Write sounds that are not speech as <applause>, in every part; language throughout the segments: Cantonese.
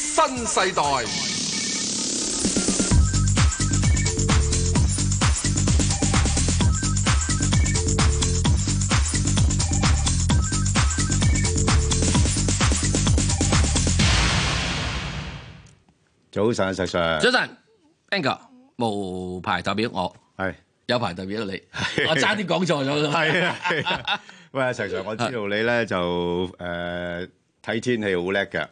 新世代。早晨，石 Sir。早晨 a n g e r 無牌代 <laughs> 表我，係有牌代表你，我差啲講錯咗。係啊係啊。 <laughs> 喂，石 Sir，我知道你咧就誒睇天氣好叻嘅。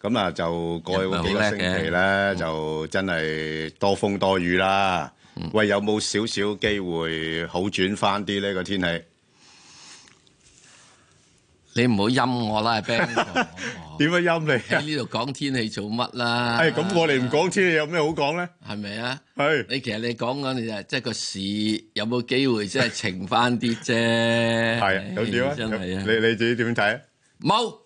咁啊，就 <laughs> 過去嗰幾個星期咧，就真係多風多雨啦。喂，有冇少少機會好轉翻啲呢個天氣？你唔好陰我啦 b a <laughs> n g 點樣陰你喺啊？呢度講天氣做乜啦？係咁，我哋唔講天氣有咩好講咧？係咪啊？係你其實你講緊你就係即係個市有冇機會即係晴翻啲啫？係啊，咁點啊？真係啊！你你自己點睇啊？冇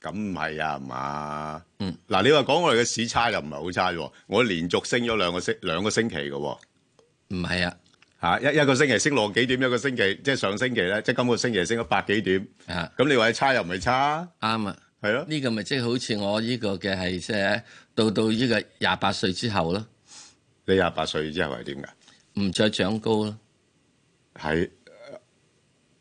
咁唔係啊，係嘛？嗯，嗱，你話講我哋嘅市差又唔係好差喎，我連續升咗兩個星兩個星期嘅喎，唔係啊嚇一一個星期升落幾點，一個星期即係上星期咧，即係今個星期升咗百幾點，啊咁你話差又唔係差，啱啊！係咯？呢個咪即係好似我呢個嘅係即係到到呢個廿八歲之後咯，你廿八歲之後係點㗎？唔再長高咯，係呃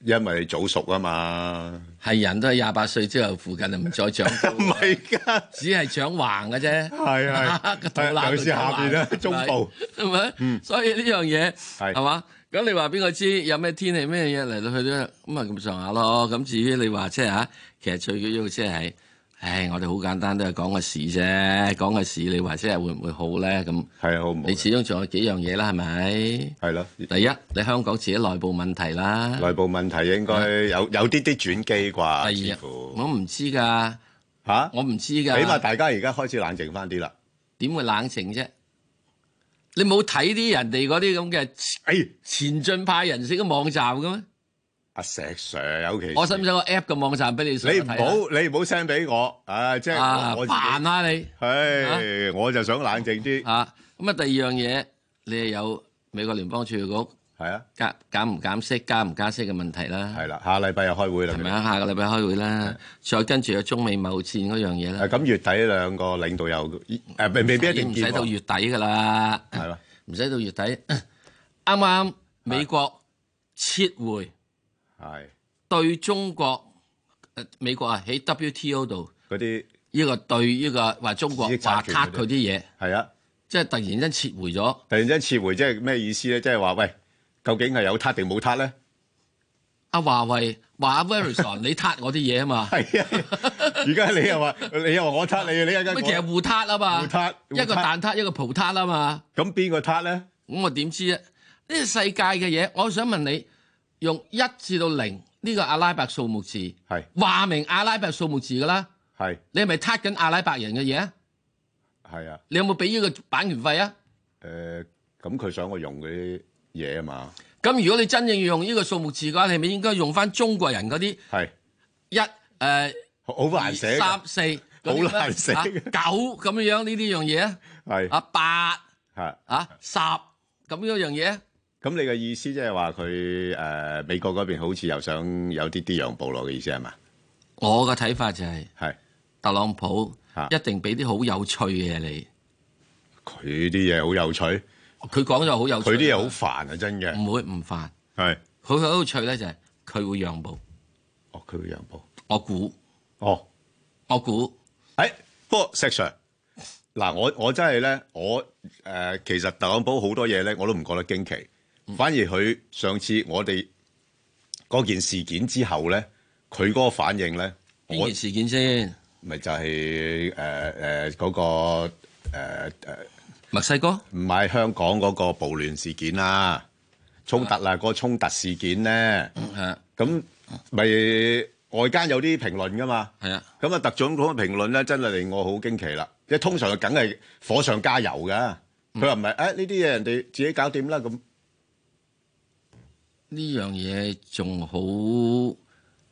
因為你早熟啊嘛，係人都係廿八歲之後附近就唔再長高 <laughs> 唔。係㗎，只係長橫嘅啫，係係 <laughs> 個肚腩尤其是下邊啦長橫中部，嗯係咪？所以呢樣嘢係係嘛？咁你話邊個知有咩天氣咩嘢嚟到去到咁啊咁上下咯。咁至於你話即係嚇，其實最緊要即係，唉，我哋好簡單都係講個市啫，講個市你話即係會唔會好咧？咁係啊好唔好你始呢？終仲有幾樣嘢啦，係咪？係咯，第一，你香港自己內部問題啦。啊內部問題應該有有啲啲轉機啩，第似二，乎我唔知㗎，嚇，我唔知起㗎。碼大家而家開始冷靜翻啲啦。點會冷靜啫？你冇睇啲人哋嗰啲咁嘅哎前進派人士嘅網站嘅咩？阿石 Sir 有其我使唔使個 app 嘅網站俾你上你去唔睇啊？好你唔好 send 俾我，啊即係啊我我自煩己，啊你唉我就想冷靜啲，啊！咁啊，第二樣嘢你係有美國聯邦儲備局係啊加減唔減息、加唔加息嘅問題啦，係啦，下禮拜又開會啦，係咪啊？下個禮拜開會啦，再跟住有中美貿戰嗰樣嘢啊啦，咁月底兩個領導又誒未未必一已定經唔見使到喎，月底㗎啦，係嘛 <laughs> 唔使到月底，啱啱美國撤回。係對中國、呃、美國啊喺 WTO 度嗰啲呢個對呢個話中國知識話產權卡嗰啲佢啲嘢，係啊，即係突然間撤回咗，突然之間撤回即係咩意思咧？即係話喂，究竟係有撻定冇撻咧？阿華為話阿 Verizon 你撻我啲嘢啊嘛，係啊， <laughs> <laughs> 而家你又話你又話我撻你，你一間咁其實互撻啊嘛，互撻互撻一個蛋撻一個葡撻啊嘛，咁邊個撻咧？咁我點知啊？呢個世界嘅嘢，我想問你用一至到零呢個阿拉伯數目字，係話明阿拉伯數目字噶啦，係你係咪撻緊阿拉伯人嘅嘢啊？係啊。你有冇俾呢個版權費啊？誒，咁佢想我用嗰啲嘢啊嘛，咁如果你真正要用呢個數目字嘅話，你咪應該用翻中國人嗰啲係一誒、呃、好好難二寫三嘅，四嗰啲咩好難寫啊嘅九咁樣樣呢啲樣嘢啊，係啊八係。啊十咁樣樣嘢啊，咁你嘅意思即係話佢誒美國嗰邊好似又想有啲啲讓步咯嘅意思係嘛？我嘅睇法就係、係特朗普啊一定俾啲好有趣嘅嘢你，佢啲嘢好有趣，佢佢講咗好有趣，啲嘢好煩啊，真嘅唔會唔煩，係。佢好有趣咧就係、佢會讓步，哦，佢會讓步。我估哦，我估誒，不過石 Sir，嗱，我我真係咧，我誒其實特朗普好多嘢咧，我都唔覺得驚奇，嗯反而佢上次我哋嗰件事件之後咧，佢嗰個反應咧，邊我件事件先？咪就係誒誒嗰個誒誒墨西哥唔係香港嗰個暴亂事件啦，衝突啦，嗰個衝突事件咧，係咁咪外間有啲評論噶嘛，係啊，咁啊特總統嘅評論咧真係令我好驚奇啦，即係通常梗係火上加油噶，佢話唔係誒呢啲嘢人哋自己搞掂啦咁，呢樣嘢仲好，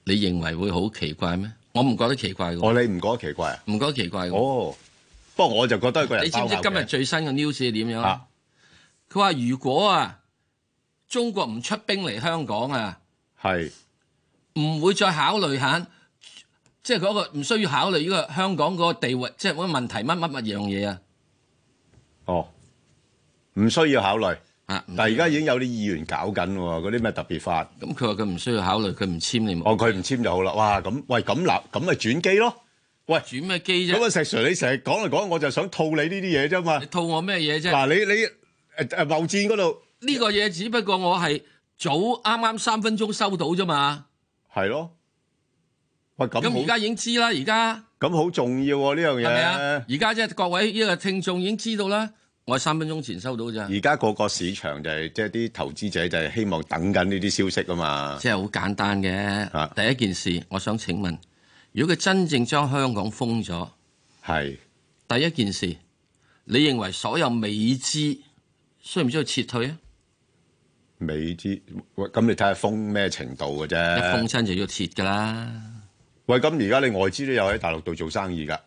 你認為會好奇怪咩？我唔覺得奇怪嘅喎。我你唔覺得奇怪啊？唔覺得奇怪嘅。哦，不過我就覺得個人你知唔知包拗今日嘅最新嘅 news 係點樣啊啊？佢話如果啊，中國唔出兵嚟香港啊，係唔會再考慮下即係嗰個唔需要考慮呢個香港嗰個地位，即係嗰個問題乜乜乜樣嘢啊？哦，唔需要考慮。啊，唔但係而家已經有啲議員搞緊喎，嗰啲咩特別法，咁佢話佢唔需要考慮，佢唔簽你冇哦佢唔簽就好啦。哇，咁喂咁嗱，咁咪轉機咯。喂，轉咩機咁啫？啊石 Sir 你成日講嚟講，我就想套你呢啲嘢啫嘛你。套我咩嘢啫？嗱，你你誒誒貿戰嗰度呢個嘢只不過我係早啱啱三分鐘收到啫嘛。係咯，喂咁咁而好家已經知啦，而家咁好重要喎呢樣係咪啊嘢？。而家即係各位呢個聽眾已經知道啦，我係三分鐘前收到咋，而家個個市場就係即係啲投資者就係希望等緊呢啲消息啊嘛。即係好簡單啊嘅。第一件事，我想請問，如果佢真正將香港封咗？係第一件事，你認為所有美資需唔需要撤退啊？美資，喂咁你睇下封咩程度嘅一封啫。親就要撤噶啦。喂，咁而家你外資都有喺大陸度做生意㗎，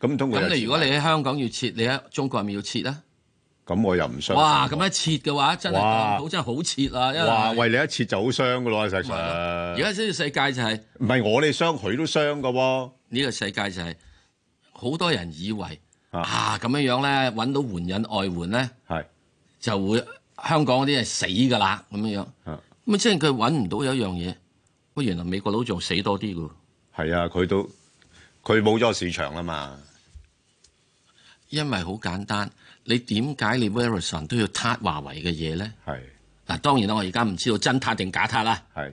咁唔通佢咁就你如果撤你喺香港要撤，你喺中國係咪要撤啊？咁我又唔相信哇！喎。咁一撤嘅話，真係哇特朗普真係好撤啊！因為哇！喂，你一切就好傷噶咯，石咪咯 Sir 而。家呢個世界就係、唔係我哋傷，佢都傷噶喎。呢、個世界就係、好多人以為啊啊咁樣樣咧揾到援引外援咧係就會香港嗰啲係死㗎啦咁樣樣。啊咁即係佢揾唔到有一樣嘢，喂原來美國佬仲死多啲㗎喎。係啊，佢都佢冇咗個市場啦嘛。因為好簡單，你點解你 Verizon 都要撻華為嘅嘢咧？係嗱，當然啦，我而家唔知道真撻定假撻啦。係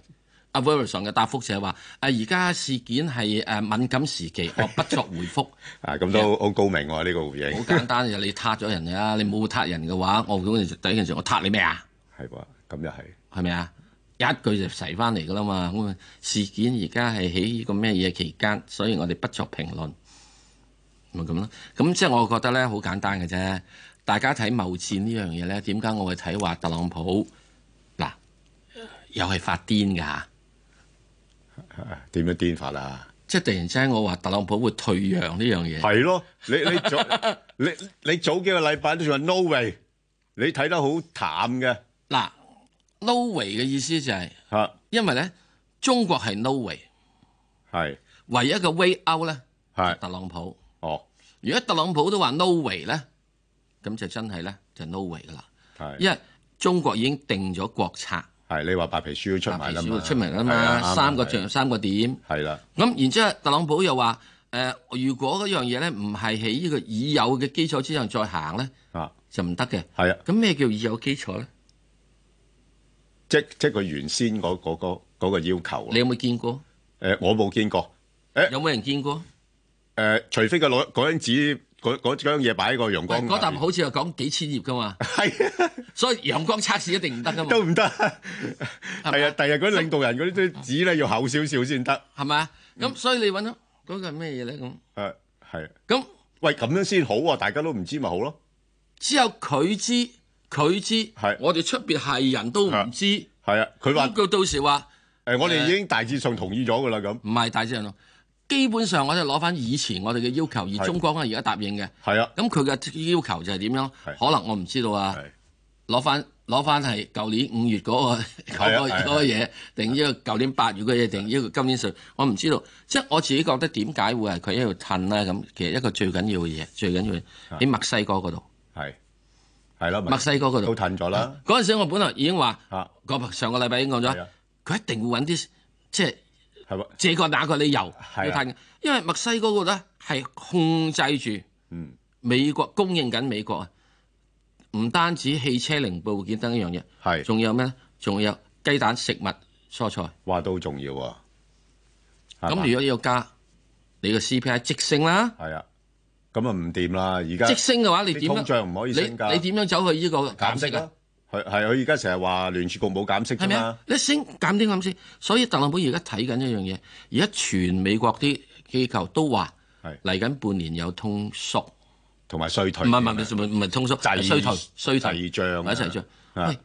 阿 Verizon 嘅答覆就係話：啊，而家事件係誒敏感時期，我不作回覆。 <laughs> 啊，咁都好高明喎呢個回好應簡單嘅，你撻咗人啊，你冇撻人嘅話，我嗰陣時第一件事我撻你咩啊？係喎，咁又係係咪啊？一句就噬翻嚟噶啦嘛。咁啊，事件而家係喺呢個咩嘢期間，所以我哋不作評論，咪咁咯。咁即係我覺得咧，好簡單嘅啫。大家睇貿戰呢樣嘢咧，點解我會睇話特朗普嗱又係發癲㗎？啊 <laughs> 點樣癲法啊？即係突然之間，我話特朗普會退讓呢樣嘢，係咯，你你早 <laughs> 你你早幾個禮拜都仲話 no way，你睇得好淡嘅嗱，no way 嘅意思就係、嚇，因為咧中國係 no way，係唯一嘅 way out 咧，係特朗普。哦如果特朗普都話 no way 咧，咁就真係咧就 no way 噶啦，係因為中國已經定咗國策，係你話白皮書都出埋啦嘛，出名啦係啊啱嘛，啊三個係象三個點，係啦，咁然之後特朗普又話誒、呃如果嗰樣嘢咧唔係喺呢個已有嘅基礎之上再行咧，啊就唔得嘅。係啊。咁咩叫已有基礎咧？即即佢原先嗰嗰嗰嗰個要求啊你。有冇見過？誒，我冇見過。有冇人見過？誒，除非佢攞嗰張紙嗰嗰張嘢擺喺個陽喂，光嗰下啖面，好似係講幾千頁噶嘛， <laughs> 係啊，所以陽光測試一定唔得噶嘛，都唔得。係啊，第日嗰啲領導人嗰啲紙咧要厚少少先得。係咪啊？咁所以你揾到嗰個係咩嘢咧？咁誒，係啊。咁。喂，咁樣先好啊！大家都唔知咪好咯。只有佢知，佢知係，我哋出邊係人都唔知。係啊，佢話咁佢到時話誒，我哋已經大致上同意咗㗎啦，咁唔係大隻人咯，基本上我哋攞翻以前我哋嘅要求，而中國而家答應嘅。係啊，咁佢嘅要求就係點樣？係可能我唔知道啊係。攞翻攞翻係舊年五月嗰、個係啊嗰個係啊嗰個嘢，定呢個舊年八月嘅嘢，定呢個今年十月，我唔知道。即係我自己覺得點解會係佢喺度褪咧？咁其實一個最緊要嘅嘢，最緊要嘅喺墨西哥嗰度，係係啦，咪墨西哥嗰度都褪咗啦。嗰陣時，我本來已經話。嚇，嗰上個禮拜已經講係咗啊，，佢一定會揾啲即係係喎，這個那個理由係啊去噴嘅，因為墨西哥嗰度咧係控制住嗯，美國供應緊美國啊，唔單止汽車零部件等一樣嘢，係仲有咩咧？仲有雞蛋、食物、蔬菜。話都好重要喎。係嘛咁如果要加你個 CPI 即升啦，係啊，咁啊唔掂啦，而家即升嘅話你點啲通樣？脹唔可以你升㗎。你點樣走去呢個減減息息啊啦？。係係，佢而家成日話聯儲局冇減息係啫咪啊嘛。？你升減啲咁先，所以特朗普而家睇緊一樣嘢，而家全美國啲機構都話係嚟緊半年有通縮，同埋衰退。唔係唔係唔係唔係通縮，滯係衰退衰退，滯脹啊一齊漲。啊喂，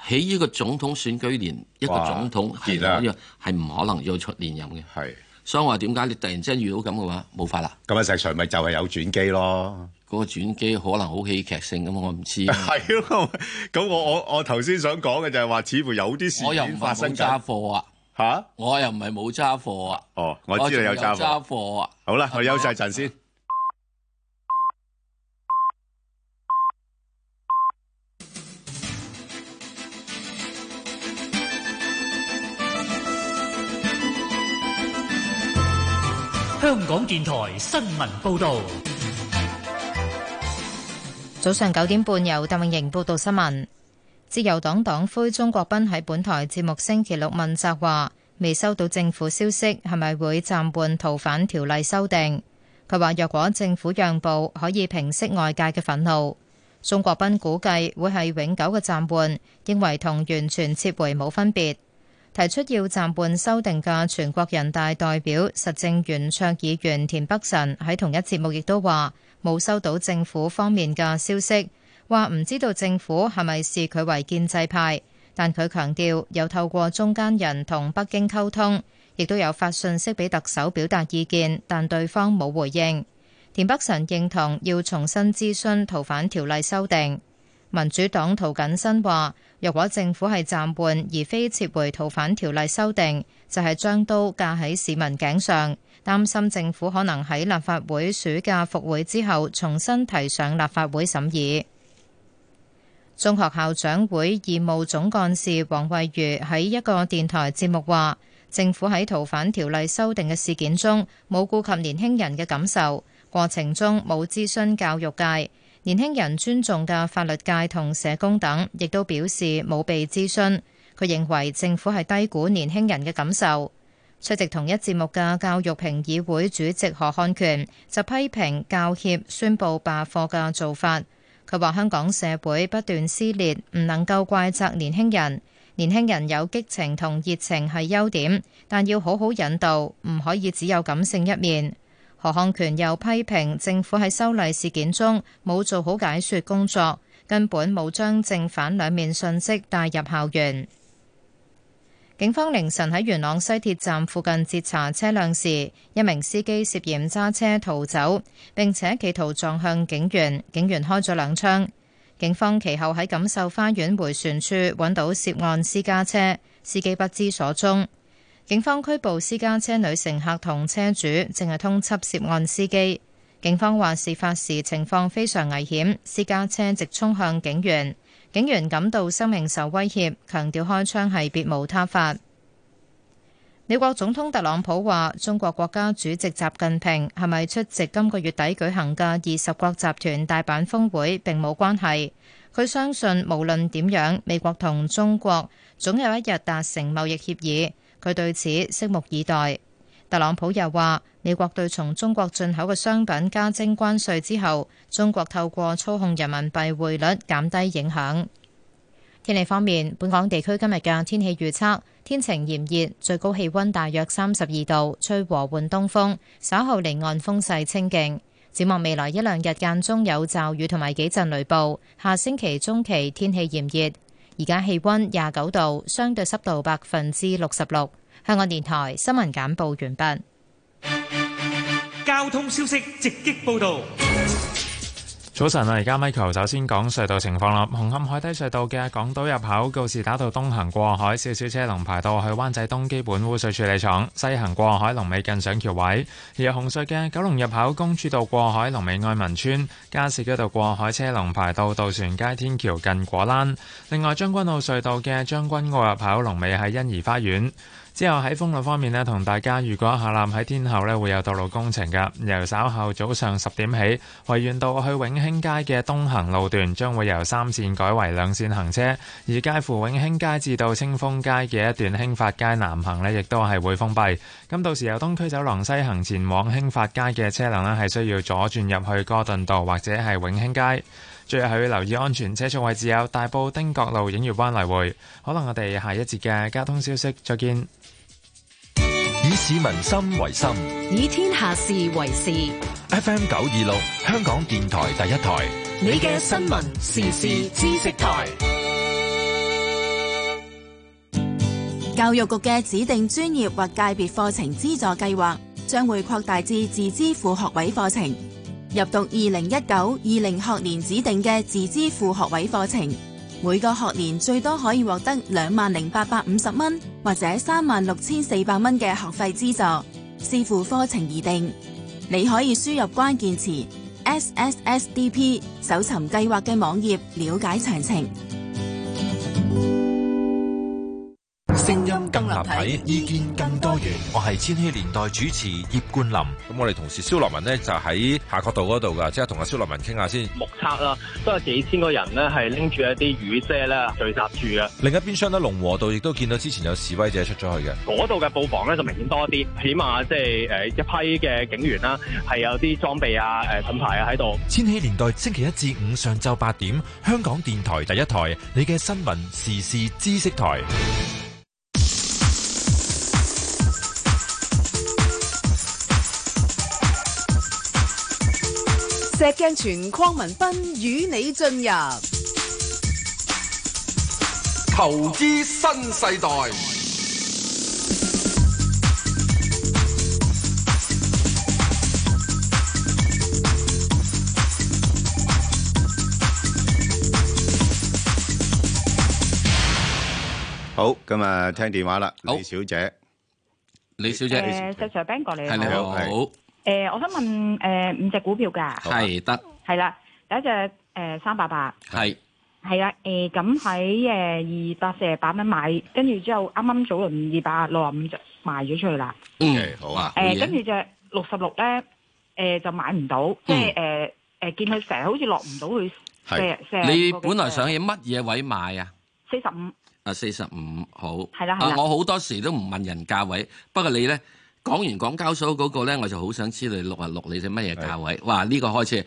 喺呢個總統選舉年，一個哇總統係熱啊可以係唔可能要出連任嘅，係。所以我話點解你突然之間遇到咁嘅話，冇法啦。咁啊，石 Sir 咪就係有轉機咯。嗰個轉機可能好戲劇性咁，我唔知。啊 <laughs> 係咯，咁我我我頭先想講嘅就係話，似乎有啲事我又件唔發係生冇緊揸。貨啊，吓？我又唔係冇揸貨啊，哦，我知你有揸仲貨。貨啊。好啦，我休晒陣先。香港電台新聞報道，早上九點半，由鄧永盈報道新聞。自由黨黨魁鍾國斌喺本台節目星期六問責話，未收到政府消息係咪會暫緩逃犯條例修訂。佢話若果政府讓步，可以平息外界嘅憤怒。鍾國斌估計會係永久嘅暫緩，認為同完全撤回冇分別。提出要暫緩修訂嘅全國人大代表實政圓桌議員田北辰喺同一節目亦都話冇收到政府方面嘅消息，話唔知道政府係咪視佢為建制派，但佢強調有透過中間人同北京溝通，亦都有發信息俾特首表達意見，但對方冇回應。田北辰認同要重新諮詢逃犯條例修訂。民主黨涂謹申話：若果政府係暫緩而非撤回逃犯條例修訂，就係、將刀架喺市民頸上，擔心政府可能喺立法會暑假復會之後重新提上立法會審議。中學校長會義務總幹事黃慧瑜喺一個電台節目話：政府喺逃犯條例修訂嘅事件中冇顧及年輕人嘅感受，過程中冇諮詢教育界。年輕人尊重嘅法律界同社工等，亦都表示冇被諮詢。佢認為政府係低估年輕人嘅感受。出席同一節目嘅教育評議會主席何漢權就批評教協宣布罷課嘅做法。佢話香港社會不斷撕裂，唔能夠怪責年輕人。年輕人有激情同熱情係優點，但要好好引導，唔可以只有感性一面。何漢權又批評政府喺修例事件中冇做好解說工作，根本冇將正反兩面信息帶入校園。警方凌晨喺元朗西鐵站附近截查車輛時，一名司機涉嫌揸車逃走，並且企圖撞向警員，警員開咗兩槍。警方其後喺錦繡花園迴旋處揾到涉案私家車，司機不知所蹤。警方拘捕私家車女乘客同車主，正係通緝涉案司機。警方話事發時情況非常危險，私家車直衝向警員，警員感到生命受威脅，強調開槍係別無他法。美國總統特朗普話：中國國家主席習近平係咪出席今個月底舉行嘅二十國集團大阪峰會並冇關係。佢相信無論點樣，美國同中國總有一日達成貿易協議。佢對此拭目以待。特朗普又話：美國對從中國進口嘅商品加徵關稅之後，中國透過操控人民幣匯率減低影響。天氣方面，本港地區今日嘅天氣預測天晴炎熱，最高氣温大約三十二度，吹和緩東風，稍後離岸風勢清勁。展望未來一兩日間中有驟雨同埋幾陣雷暴，下星期中期天氣炎熱。而家氣温廿九度，相對濕度百分之六十六。香港電台新聞簡報完畢。交通消息直擊報道。早晨啊！而家 Michael 首先講隧道情況啦。紅磡海底隧道嘅港島入口告士打道東行過海，少少車龍排到去灣仔東基本污水處理廠；西行過海龍尾近上橋位。而紅隧嘅九龍入口公主道過海龍尾愛民村，加士居道過海車龍排到渡船街天橋近果欄。另外將軍澳隧道嘅將軍澳入口龍尾喺欣怡花園。之後喺封路方面呢，同大家預告一下啦。喺天后呢會有道路工程嘅，由稍後早上十點起，維園道去永興街嘅東行路段將會由三線改為兩線行車，而介乎永興街至到清風街嘅一段興發街南行呢，亦都係會封閉。咁到時由東區走廊西行前往興發街嘅車輛呢，係需要左轉入去哥頓道或者係永興街。最後要留意安全車速位置有大埔汀角路、映月灣來回。可能我哋下一節嘅交通消息再見。以市民心為心以天下事為事。 ，FM 九二六香港電台第一台，你嘅新聞時事知識台，教育局嘅指定專業或界別課程資助計劃將會擴大至自資副學位課程。入讀二零一九、二零學年指定嘅自資副學位課程，每個學年最多可以獲得兩萬零八百五十蚊或者三萬六千四百蚊嘅學費資助，視乎課程而定。你可以輸入關鍵詞 SSSDP 搜尋計劃嘅網頁了解詳情。聲音更立體，意見更多元。我係千禧年代主持葉冠霖。咁我哋同事蕭樂文呢，就喺夏慤道嗰度噶，即係同阿蕭樂文傾下先。目測啦，都有幾千個人呢係拎住一啲雨遮咧聚集住嘅。另一邊廂呢，龍和道亦都見到之前有示威者出咗去嘅。嗰度嘅布防咧就明顯多啲，起碼即係誒一批嘅警員啦，係有啲裝備啊、誒盾牌啊喺度。千禧年代星期一至五上晝八點，香港電台第一台，你嘅新聞時事知識台。石鏡泉鄺民彬與你進入投資新世代。好，咁啊，聽電話啦，李小姐，李小姐，誒，石 Sir Ben 過嚟，係你好，係誒、我想問誒、五隻股票㗎，啊係得，係啦，第一隻誒三八八，係係啦，誒咁喺誒二百四十八蚊買，跟住之後啱啱早輪二百六十五就賣咗出去啦，嗯，好啊，好誒嘢跟住隻六十六咧，誒就買唔到，即係誒誒見佢成日好似落唔到佢四十四十你個幾本來想喺乜嘢位買啊？四十五，啊，四十五好。係啦係啊啦，我好多時都唔問人價位，不過你咧講完港交所嗰個咧，我就好想知你六啊六你隻乜嘢價位？哇！呢、個開始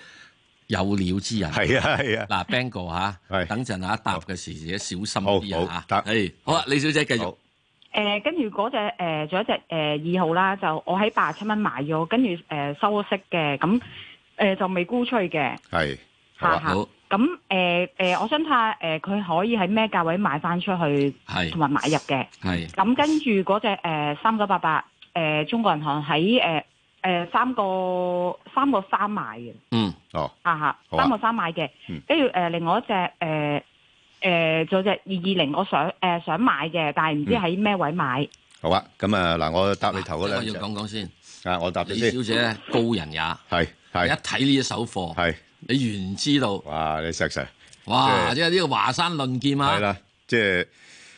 有料之人。係啊係啊嗱 b a n g 哥嚇，等陣啊答嘅時自己小心啲啊嚇。係好啊，李小姐繼續。誒跟住嗰隻誒仲有一隻誒二號啦，就我喺八十七蚊買咗，跟住誒收咗息嘅，咁誒、就未沽出去嘅。係嚇嚇咁誒誒，我想睇下誒，佢、可以喺咩價位買翻出去，係同埋買入嘅。係咁跟住嗰只誒三九八八誒中國銀行喺誒誒三個三個三買嘅，嗯哦啊好嚇，啊三個三買嘅嗯。跟住誒另外一隻誒誒，仲有隻二二零，我想誒、想買嘅，但係唔知嗯喺咩位買。好啊，咁啊嗱，我答你頭嗰我要兩隻講講先。啊，我答你李先。小姐咧高人也，係係一睇呢一手貨，係你原知道。哇！你石 Sir，哇！即即係呢個華山論劍啊係！啦，即係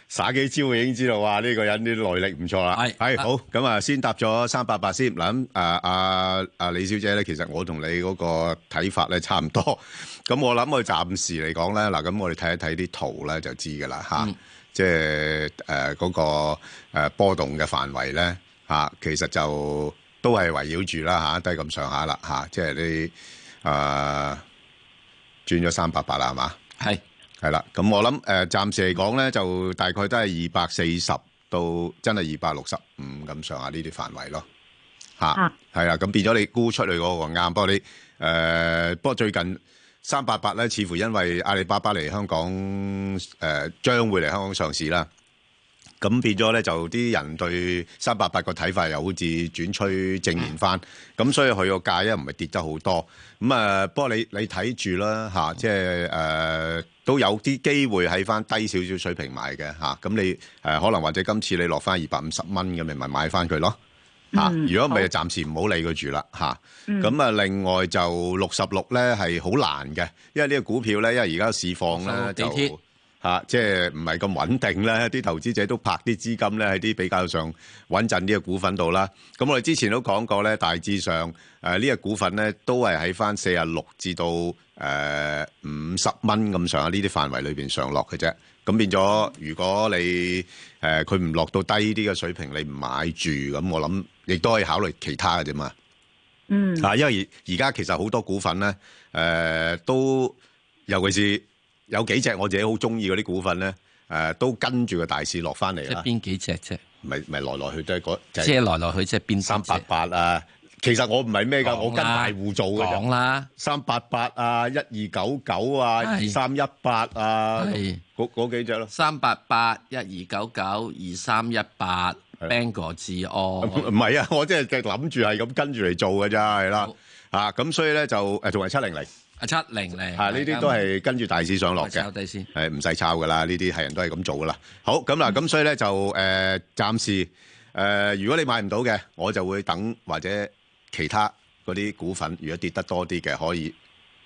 耍幾招已經知道話呢個人啲耐力唔錯啦。係係好咁啊，先答咗三八八先嗱咁啊啊啊李小姐咧，其實我同你嗰個睇法咧差唔多。 <laughs> 咁我諗我暫時嚟講咧，嗱咁我哋睇一睇啲圖咧就知㗎啦吓，嗯即係誒嗰個、呃、波動嘅範圍咧吓、其實就都係圍繞住啦吓，都係咁上下啦吓，即係你啊。轉咗三百八啦，係嘛？係係啦，咁我諗誒、呃，暫時嚟講咧，就大概都係二百四十到真係二百六十五咁上下呢啲範圍咯。嚇、係啦，咁變咗你估出嚟嗰個啱，不過你誒、呃不過最近三八八咧，似乎因為阿里巴巴嚟香港誒、呃，將會嚟香港上市啦。咁變咗咧，就啲人對三八八個睇法又好似轉趨正面翻，咁、所以佢個價咧唔係跌得好多。咁啊，不過你你睇住啦吓，即係誒、呃都有啲機會喺翻低少少水平買嘅吓。咁、你誒、呃可能或者今次你落翻二百五十蚊咁，你咪買翻佢咯。嚇，嗯如果唔係好就暫時唔好理佢住啦嚇。嗯咁啊，另外就六十六咧係好難嘅，因為呢個股票咧，因為而家市況咧66地就鐵嚇，即係唔係咁穩定咧，啲投資者都拍啲資金咧喺啲比較上穩陣啲嘅股份度啦。咁我哋之前都講過咧，大致上誒呢個股份咧都係喺翻四啊六至到誒五十蚊咁上下呢啲範圍裏邊上落嘅啫。咁變咗，如果你誒佢唔落到低啲嘅水平，你唔買住，咁我諗亦都可以考慮其他嘅啫嘛。嗯啊，因為而而家其實好多股份咧，誒、都尤其是有幾隻我自己好中意嗰啲股份咧，誒、都跟住個大市落翻嚟啦。即係邊幾隻啫？咪咪來來去都係嗰即係來來去即係邊三八八啊。其實我唔係咩㗎，我跟大戶做㗎啫。講啦，哦三八八啊，一二九九啊，二係三一八啊，係嗰嗰幾隻咯。三八八一二九九二三一八 <laughs> Bangor 治安，啊唔係啊，我真係諗住係咁跟住嚟做㗎咋，係啦。啊，咁所以咧就誒仲係七零零。啊七零零啊！呢啲都係跟住大市上落嘅，抄低先，係唔使抄噶啦，呢啲係人都係咁做噶啦。好咁嗱，咁所以咧就誒，暫時誒，如果你買唔到嘅，我就會等或者其他嗰啲股份，如果跌得多啲嘅，可以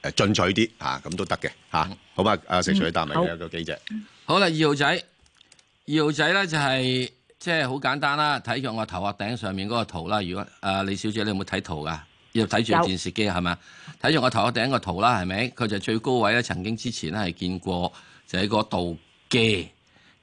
誒進取啲嚇，咁都得嘅嚇。好嘛，阿石 Sir 答埋你有個幾隻，好啦，二號仔，二號仔咧就係即係好簡單啦，睇住我頭殼頂上面嗰個圖啦。如果啊李小姐，你有冇睇圖噶？要睇住電視機係咪？睇住我頭殼頂個圖啦，係咪？佢就最高位咧，曾經之前咧係見過，就喺個度嘅。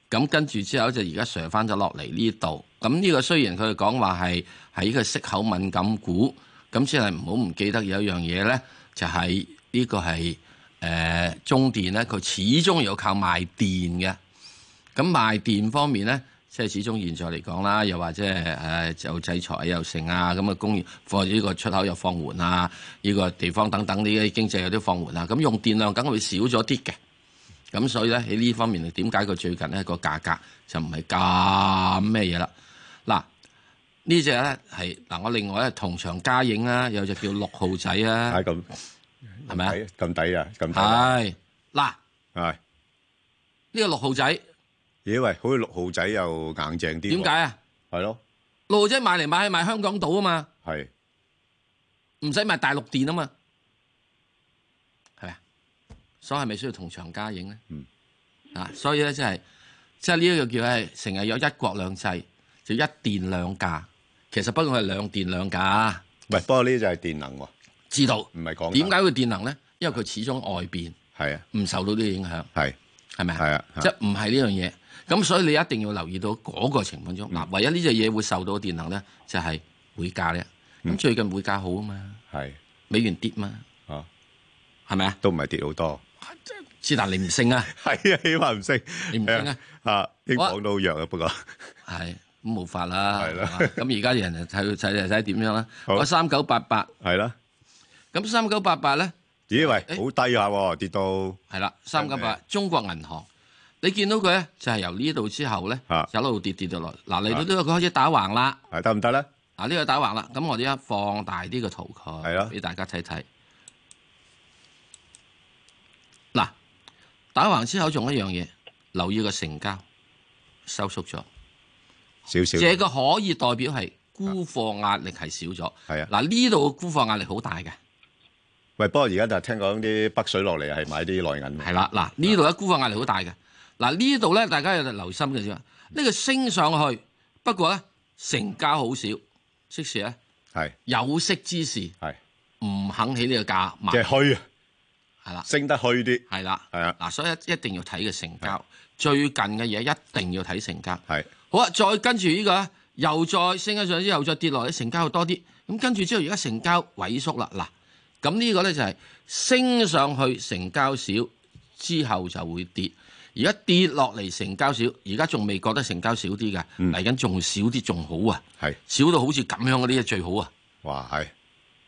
咁跟住之後就而家上翻咗落嚟呢度。咁呢個雖然佢講話係喺個息口敏感股，咁先係唔好唔記得有一樣嘢咧，就係、呢個係誒、呃中電咧，佢始終要靠賣電嘅。咁賣電方面咧，即係始終現在嚟講啦，又或者係誒有制裁又成啊，咁啊工業放呢個出口又放緩啊，呢、個地方等等呢啲經濟有啲放緩啊，咁用電量梗係會少咗啲嘅。咁所以咧喺呢方面，點解佢最近呢個價格就唔係咁咩嘢啦？嗱，呢只咧係嗱，我另外咧同場加映啦，有隻叫六號仔啊，係咁，係咪啊？咁抵啊，咁抵啊係嗱，係呢個六號仔咦喂，好似六號仔又硬淨啲，點解？啊？係咯，六號仔買嚟買去買香港島啊嘛，係唔使買大陸電啊嘛，係咪啊？所以係咪需要同場加映咧？嗯，啊，所以咧即係即係呢一個叫係成日有一國兩制，就一電兩價。其實不過係兩電兩價。喂，不過呢就係電能喎，知道唔係講點解會電能咧？因為佢始終外邊係啊，唔受到呢個影響，係係咪啊？係啊，即係唔係呢樣嘢。咁所以你一定要留意到嗰個情況中，嗯嗱、唯一呢只嘢會受到電能咧，就係匯價咧。咁最近匯價好啊嗯嘛，係美元跌嘛，啊，係咪啊？啊都唔係跌好多，是但你唔升啊？ <laughs> 係啊，起碼唔升，你唔升啊？啊，英鎊都好弱啊，不過 <laughs> 係咁冇法啦。係啦係嘛咁而家人就睇睇睇點樣啦。好我三九八八，係啦。咁三九八八咧，咦喂，好低下喎，跌到係啦，三九八中國銀行，你見到佢咧就係由呢度之後咧，就一路跌跌到落。嗱嚟到呢個佢開始打橫啦，係得唔得咧？嗱呢個打橫啦，咁我哋一放大呢個圖佢，俾大家睇睇。嗱，打橫之後仲有一樣嘢，留意個成交收縮咗。少少，這個可以代表係沽貨壓力係少咗。係啊。嗱呢度嘅沽貨壓力好大嘅，喂，不過而家就聽講啲北水落嚟係買啲內銀，係啦，嗱呢度咧沽貨壓力好大嘅。嗱呢度咧大家有留心嘅啫。呢、個升上去，不過咧成交好少，即時咧係有息之時係唔肯起呢個價買，即係虛啊，係啦，升得虛啲，係啦，係啊，嗱所以一定要睇嘅成交，最近嘅嘢一定要睇成交。係好啊，再跟住呢個咧，又再升一上之後，再跌落嚟，成交又多啲。咁跟住之後，而家成交萎縮啦。嗱，咁呢個咧就係升上去成交少之後就會跌，而家跌落嚟成交少，而家仲未覺得成交少啲嘅，嚟緊仲少啲仲好啊。嗯係少到好似咁樣嗰啲最好啊。哇係，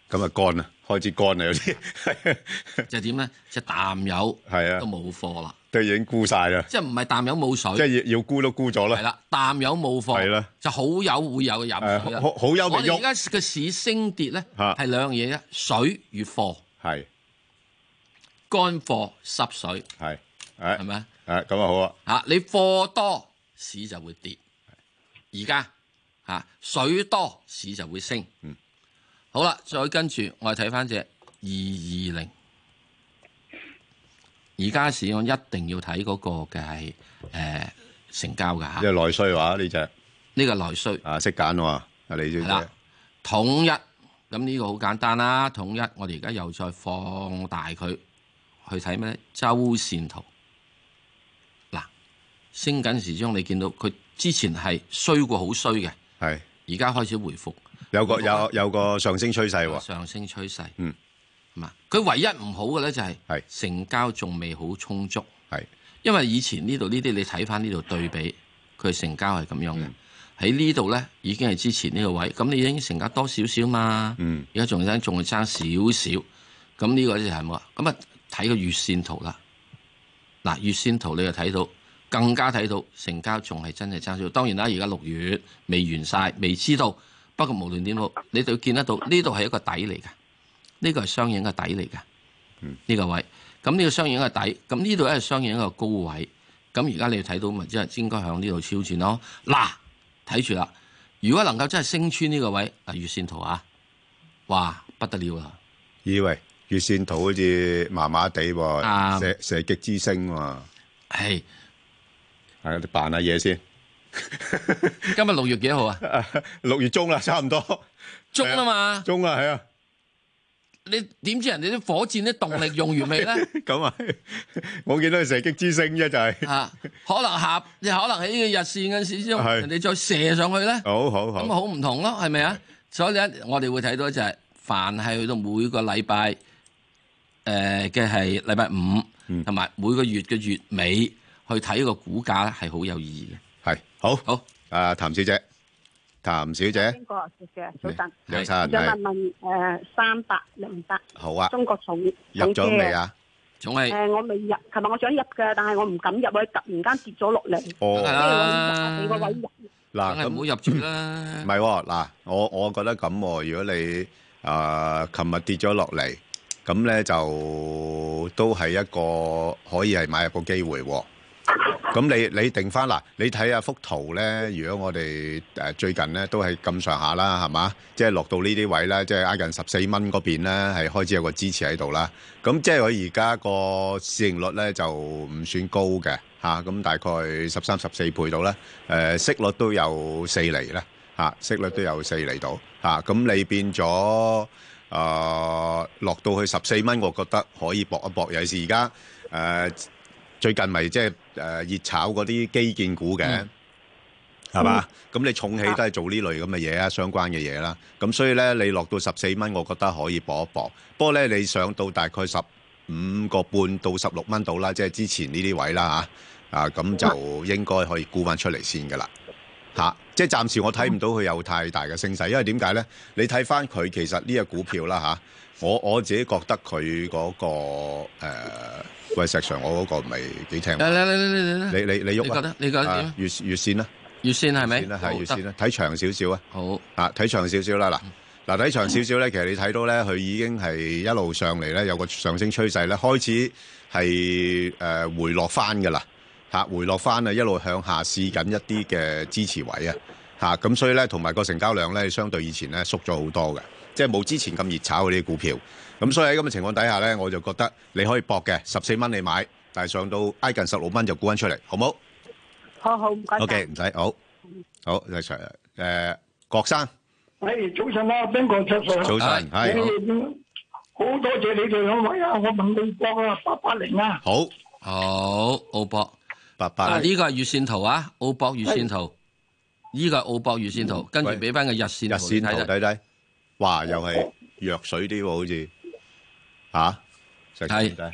咁啊乾啦，開始乾啦有啲， <laughs> 即係點咧？即係淡友係啊，都冇貨啦，都已經沽晒啦，即係唔係淡友冇水，即係要要沽都沽咗啦，係啦，淡友冇貨，係啦，就好友會有飲誒水啦。好好友未啊我喐哋而家嘅市升跌咧嚇係兩樣嘢啫，水與貨，係乾貨濕水。係係咪誒咁啊好啊，嚇，你貨多市就會跌，而家嚇水多市就會升。嗯，好啦，再跟住我哋睇翻只二二零，而家市我一定要睇嗰個嘅係誒成交㗎嚇因。為內需話呢只呢個內需啊識揀喎，啊李小係啦姐，統一咁呢個好簡單啦。統一我哋而家又再放大佢去睇咩咧？周線圖嗱，升緊時鐘，你見到佢之前係衰過好衰嘅，係而家開始回復，有個啊有有個上升趨勢喎，上升趨勢嗯係嘛？佢唯一唔好嘅咧就係成交仲未好充足，係因為以前呢度呢啲你睇翻呢度對比，佢成交係咁樣嘅。嗯喺呢度咧已經係之前呢個位，咁你已經成交多少少嘛？嗯，而家仲爭仲係爭少少，咁呢個就係冇啦。咁啊睇個月線圖啦，嗱月線圖你就睇到，更加睇到成交仲係真係爭少。當然啦，而家六月未完晒，未知道。不過無論點好，你就見得到呢度係一個底嚟嘅，呢個係相應嘅底嚟嘅，呢個位。咁呢個相應嘅底，咁呢度咧係相應一個高位。咁而家你睇到咪即係應該向呢度超前咯。嗱，睇住啦，如果能夠真係升穿呢個位，嗱月線圖啊，哇不得了啊啦！以為月線圖好似麻麻地喎，啱射射擊之星喎。係係啊，你扮下嘢先。 <laughs> 今日六月幾號啊？ <laughs> 六月中啦，差唔多。中啦嘛，中啦，係啊。你點知人哋啲火箭啲動力用完未咧？ <laughs> 咁啊，我見到佢射擊之星啫，就係。啊，可能下，你可能喺呢個日線嗰陣時之中，係人哋再射上去咧，好好好咁啊好唔同咯，係咪啊？所以咧，我哋會睇到就係、凡係去到每個禮拜，誒嘅係禮拜嗯五，同埋、每個月嘅月尾去睇個股價咧，係好有意義嘅。係，好，好。啊，譚小姐，譚小姐，邊個嘅？早晨，梁生我想係問問誒三百零八，好啊中國重入咗未？啊？總重機誒，我未入，琴日我想入嘅，但係我唔敢入，佢突然間跌咗落嚟，哦所以我廿幾個位入。嗱，咁嗯唔好入住啦。唔係喎，嗱，我我覺得咁喎，如果你啊，琴日跌咗落嚟，咁咧就都係一個可以係買入個機會喎。咁你你定翻嗱，你睇下幅圖咧，如果我哋誒最近咧都係咁上下啦，係嘛？即係落到呢啲位啦，即係挨近十四蚊嗰邊咧，係開始有個支持喺度啦。咁即係佢而家個市盈率咧就唔算高嘅嚇，咁、大概十三十四倍到啦。誒、息率都有四厘啦嚇、息率都有四厘到嚇。咁、你變咗。誒、落到去十四蚊，我覺得可以搏一搏。尤其是而家誒最近咪即係誒熱炒嗰啲基建股嘅。係嘛？咁你重起都係做呢類咁嘅嘢啊，相關嘅嘢啦。咁所以咧，你落到十四蚊，我覺得可以搏一搏。不過咧，你上到大概十五個半到十六蚊到啦，即係之前呢啲位啦嚇。啊，咁就應該可以沽翻出嚟先噶啦。嚇、即係暫時我睇唔到佢有太大嘅升勢，因為點解咧？你睇翻佢其實呢只股票啦嚇、我我自己覺得佢嗰、個、呃、喂石 Sir，我嗰個唔係幾聽義。話。嚟嚟嚟嚟嚟你嚟，你你喐啊你覺得你覺得點啊？月月線啦，月線係咪月線啦，好係月線得啦，睇長少少啊。好啊，睇長少少啦嗱。嗱，睇長少少咧，其實你睇到咧，佢已經係一路上嚟咧，有個上升趨勢咧，開始係誒、呃回落翻㗎啦，嚇、回落翻啊，一路向下試緊一啲嘅支持位啊，嚇、咁所以咧，同埋個成交量咧，相對以前咧縮咗好多嘅，即係冇之前咁熱炒嗰啲股票。咁所以喺咁嘅情況底下咧，我就覺得你可以搏嘅，十四蚊你買，但係上到挨近十六蚊就沽翻出嚟，好冇？好好，唔該 O 晒 K，唔使好，好李 Sir，誒，郭生，喂，早晨啊，邊個出上？早晨係你好多謝你哋兩位啊！我問你國啊，八八零啊，好好澳博八八呢個係月線圖啊，澳博月線圖，呢個係澳博月線嗯圖，跟住俾翻個日線日圖線你圖睇睇。睇睇，哇，又係藥水啲喎，好似吓，石 Sir 睇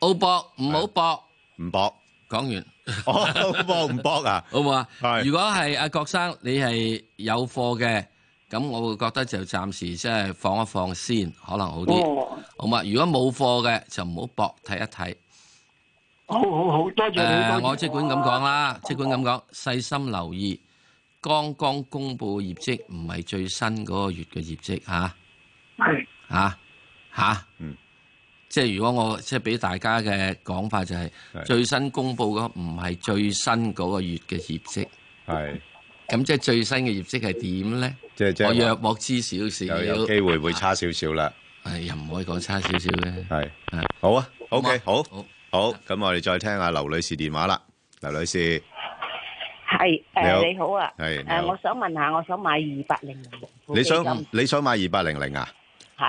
澳博唔好博，啊唔博，講完。哦，澳博唔博啊？ <laughs> 好唔好啊？如果係阿郭生你係有貨嘅，咁我會覺得就暫時即係放一放先，可能好啲哦。好嘛？如果冇貨嘅就唔好搏，睇一睇。好好好多謝你，多誒，謝我即管咁講啦，即管咁講，細心留意，剛剛公布嘅業績唔係最新嗰個月嘅業績嚇係嚇嚇，嗯，即係如果我即係俾大家嘅講法就係係最新公布嗰唔係最新嗰個月嘅業績，係咁即係最新嘅業績係點咧？即係即係我話約莫知少少，又有機會會差少少啦。係又唔可以講差少少嘅，係好啊，O K，好，好，咁我哋再聽下劉女士電話啦，劉女士，係你好誒，你好啊，係你誒，好我想問下，我想買二百零零你想嚇，你想買二八零零啊？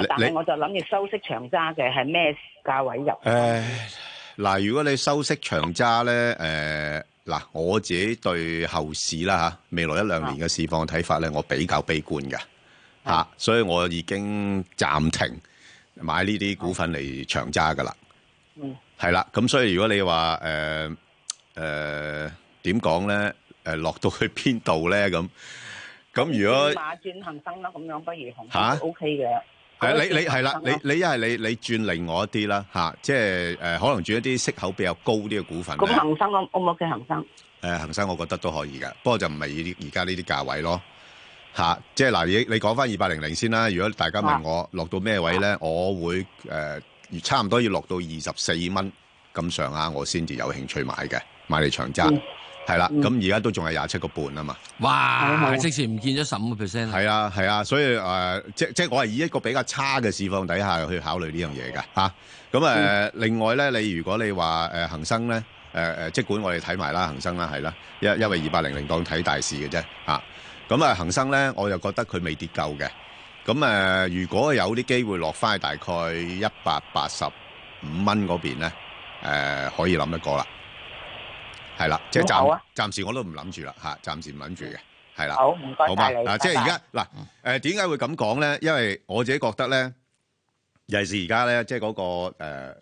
你但你係我就諗住收息長揸嘅，係咩價位入？誒嗱，如果你收息長揸咧，誒、嗱，我自己對後市啦嚇，未來一兩年嘅市況睇法咧，我比較悲觀嘅嚇、所以我已經暫停買呢啲股份嚟長揸噶啦。嗯，係啦，咁所以如果你話誒誒點講咧，誒、落到去邊度咧咁？咁如果馬轉恒生啦，咁樣不如恒嚇生 O K 嘅。係你你係啦，你你一係你你轉另外一啲啦嚇、即係誒、可能轉一啲息口比較高啲嘅股份咁咧。恒生我 O 唔 O K 恒生？呃誒恒生，我覺得都可以㗎，不過就唔係呢啲而家呢啲價位咯吓，即係嗱，你你講翻二八零零先啦。如果大家問我落到咩位咧，我會誒差唔多要落到二十四蚊咁上下，我先至有興趣買嘅，買嚟長揸。係啦，咁而家都仲係廿七個半啊嘛。哇！即時唔見咗十五個 percent。係啊，係啊，所以誒、呃即即我係以一個比較差嘅市況底下去考慮呢樣嘢㗎嚇。咁、誒、嗯另外咧，你如果你話誒恒生咧，誒、誒，即管我哋睇埋啦，恒生啦，係啦，因因為二八零零當睇大市嘅啫嚇。咁啊，恒生咧，我又覺得佢未跌夠嘅。咁誒、如果有啲機會落翻去大概一百八十五蚊嗰邊咧，誒、呃可以諗一個啦。係啦，即係好暫啊暫時我都唔諗住啦嚇，暫時唔諗住嘅，係啦。好，唔該好嘛？晒你。嗱，即係而家拜嗱，誒點解會咁講咧？因為我自己覺得咧，尤其是而家咧，即係嗰個誒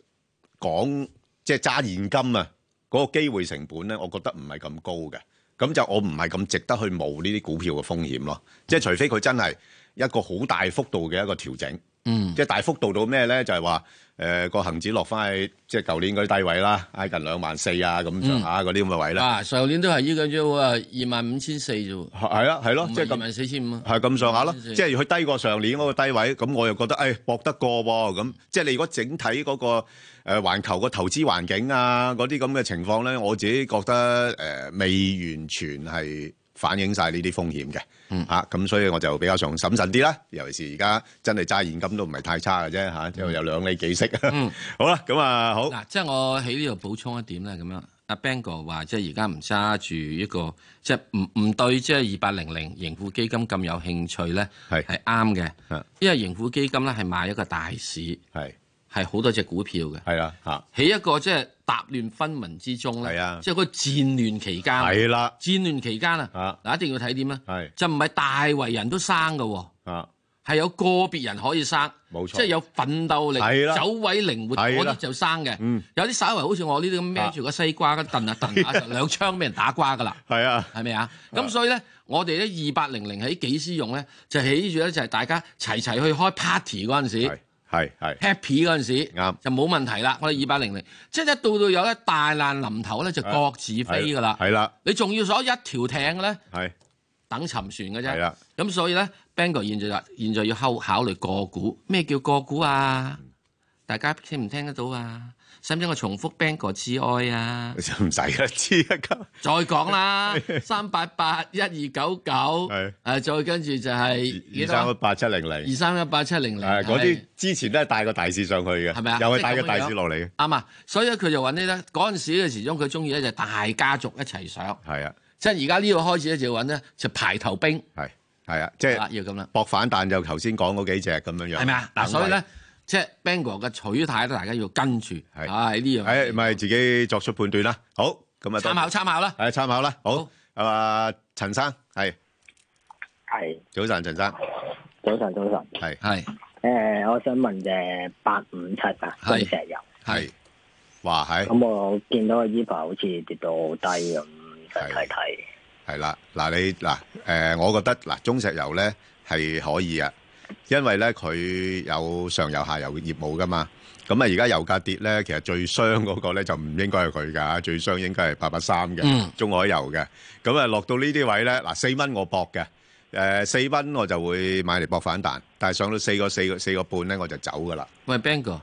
講即係揸現金啊，嗰個機會成本咧，我覺得唔係咁高嘅。咁就我唔係咁值得去冒呢啲股票嘅風險咯。即係除非佢真係一個好大幅度嘅一個調整。嗯即係大幅度到咩咧？就係話誒個恒指落翻去即係舊年嗰啲低位啦，挨近兩萬四啊咁上下嗰啲咁嘅位啦。啊，上年都係依個啫喎，二萬五千四啫喎。係啊，係咯，即係二萬四千五啊。係咁上下咯， 24,400即係佢低過上年嗰個低位，咁我又覺得誒搏得過喎，咁即係你如果整體嗰個誒環球個投資環境啊嗰啲咁嘅情況咧，我自己覺得誒未完全係反映晒呢啲風險嘅，嗯嚇咁所以我就比較上審慎啲啦，尤其是而家真係揸現金都唔係太差嘅啫嚇，嗯即係有兩厘幾息， <laughs> 好啦，咁啊好，嗱，即係我喺呢度補充一點咧，咁樣阿 Bang 哥話，即係而家唔揸住一個，即係唔唔對，即係二八零零盈富基金咁有興趣咧，係啊係啱嘅，因為盈富基金咧係買一個大市，係係好多隻股票嘅，係啦嚇，啊喺一個即係踏亂紛紜之中咧，即係嗰個戰亂期間，啊係啦，戰亂期間啊，嗱一定要睇點咧，就唔係大圍人都生嘅喎。啊係有個別人可以生，冇錯即係有奮鬥力係、啦走位靈活係嗰啦啲就生嘅。嗯啊有啲稍為好似我呢啲咁孭住個西瓜咁蹬下蹬 <laughs> 下，就啊兩槍俾人打瓜㗎啦。係啊，係咪啊？咁所以咧，我哋咧二八零零喺幾時用咧？就起住咧，就係大家齊齊去開 party 嗰陣時，係係 happy 嗰陣時，啱就冇問題啦。我哋二八零零，即係一到到有咧大難臨頭咧，就啊各自飛㗎啦。係啦，你仲要所一條艇咧？係等沉船嘅啫。係啦。咁所以咧 b a n g o 現在就現在要考考慮個股，咩叫個股啊？大家聽唔聽得到啊？使唔使我重複 b a n g o 之哀 <laughs> 啊？唔使啦，知啊一再 <laughs> 講啦，三八八一二九九，誒再跟住就係二三一八七零零，二三一八七零零，啊嗰啲之前都係帶個大市上去嘅，係咪啊又係即係帶個咁大樣市落嚟嘅。啱啊！所以咧佢就揾呢咧嗰陣時嘅時鐘，佢中意咧就大家族一齊上。係啊，即係而家呢度開始咧就要揾咧就排頭兵。係係啊，即係要咁啦，搏反彈就頭先講嗰幾隻咁樣樣，係咪啊？嗱，等所以位咧，即係 Bang 哥嘅取態咧，大家要跟住，係呢樣。誒，哎咪自己作出判斷啦。好，咁啊，參考參考啦。係參考啦。好，係嘛，陳生係係早晨，陳生早晨早晨。係係誒，呃我想問嘅八五七啊，中石油。係，哇係。咁我見到個 e 排好似跌到好低咁，想睇睇。係啦，嗱你嗱誒、我覺得嗱中石油咧係可以啊，因為咧佢有上游下游嘅業務噶嘛。咁啊，而家油價跌咧，其實最傷嗰個咧就唔應該係佢㗎，最傷應該係八八三嗯嘅中海油嘅。咁啊，落到呢啲位咧，嗱四蚊我搏嘅，誒四蚊我就會買嚟搏反彈，但係上到四個四個四個半咧我就走㗎啦。喂，Bang 哥，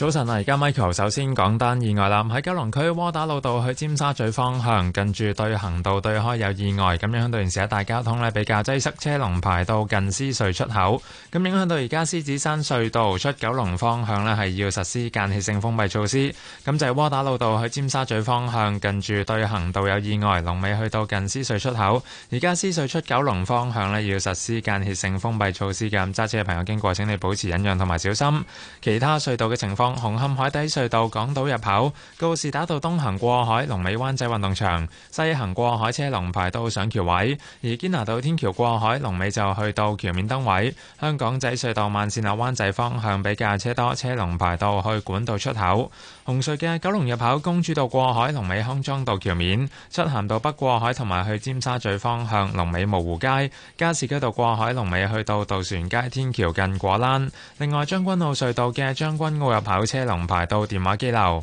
早晨啊，而家 Michael 首先講單意外啦。喺九龍區窩打老道去尖沙咀方向，近住對行道對開有意外，咁影響到現時一帶交通呢比較擠塞，車龍排到近獅隧出口。咁影響到而家獅子山隧道出九龍方向呢係要實施間歇性封閉措施。咁就係窩打老道去尖沙咀方向，近住對行道有意外，龍尾去到近獅隧出口。而家獅隧出九龍方向呢要實施間歇性封閉措施嘅，咁揸車嘅朋友經過請你保持忍讓同埋小心。其他隧道嘅情況。紅磡海底隧道港島入口、告士打道東行過海、龍尾灣仔運動場；西行過海車龍排到上橋位。而堅拿道天橋過海龍尾就去到橋面燈位。香港仔隧道慢線落灣仔方向比較車多，車龍排到去管道出口。紅隧嘅九龍入口公主道過海龍尾康莊道橋面；漆咸道北過海同埋去尖沙咀方向龍尾蕪湖街；加士居道過海龍尾去到渡船街天橋近果欄。另外將軍澳隧道嘅將軍澳入口。有車龍排到電話機樓。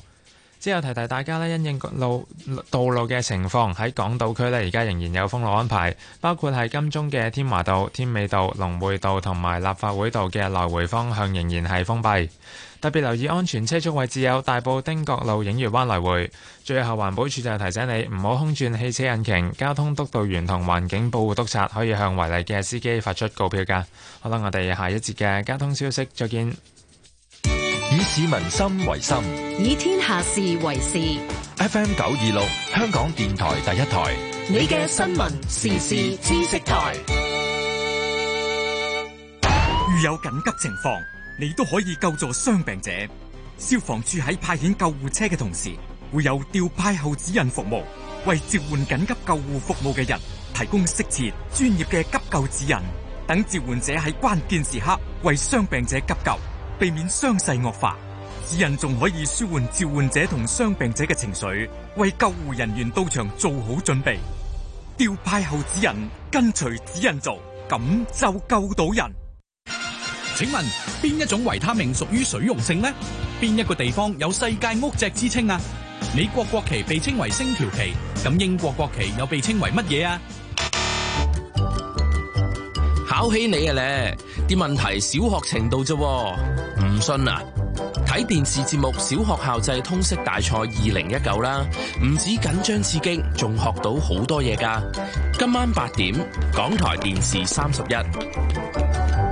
之後提提大家呢，因應路道路嘅情況，喺港島區呢，而家仍然有封路安排，包括係金鐘嘅添華道、添美道、龍匯道同埋立法會道嘅來回方向仍然係封閉。特別留意安全車速位置有大埔汀角路、映月灣來回。最後環保署就提醒你唔好空轉汽車引擎。交通督導員同環境保護督察可以向違例嘅司機發出告票㗎。好啦，我哋下一節嘅交通消息再見。以市民心為心以天下事為事。 ，FM 九二六香港電台第一台，你嘅新聞時事知識台，遇有緊急情況，你都可以救助傷病者。消防處喺派遣救護車嘅同時，會有調派後指引服務，為召喚緊急救護服務嘅人提供適切專業嘅急救指引，等召喚者喺關鍵時刻為傷病者急救，避免傷勢惡化。指引仲可以舒緩召喚者同傷病者嘅情緒，為救護人員到場做好準備。調派後指引，跟隨指引做，咁就救到人。請問邊一種維他命屬於水溶性呢？邊一個地方有世界屋脊之稱啊？美國國旗被稱為星條旗，咁英國國旗又被稱為乜嘢啊？考起你啊咧，啲問題小學程度啫喎，唔信啊？睇電視節目《小學校際通識大賽二零一九》啦，唔止緊張刺激，仲學到好多嘢㗎。今晚八點，港台電視三十一。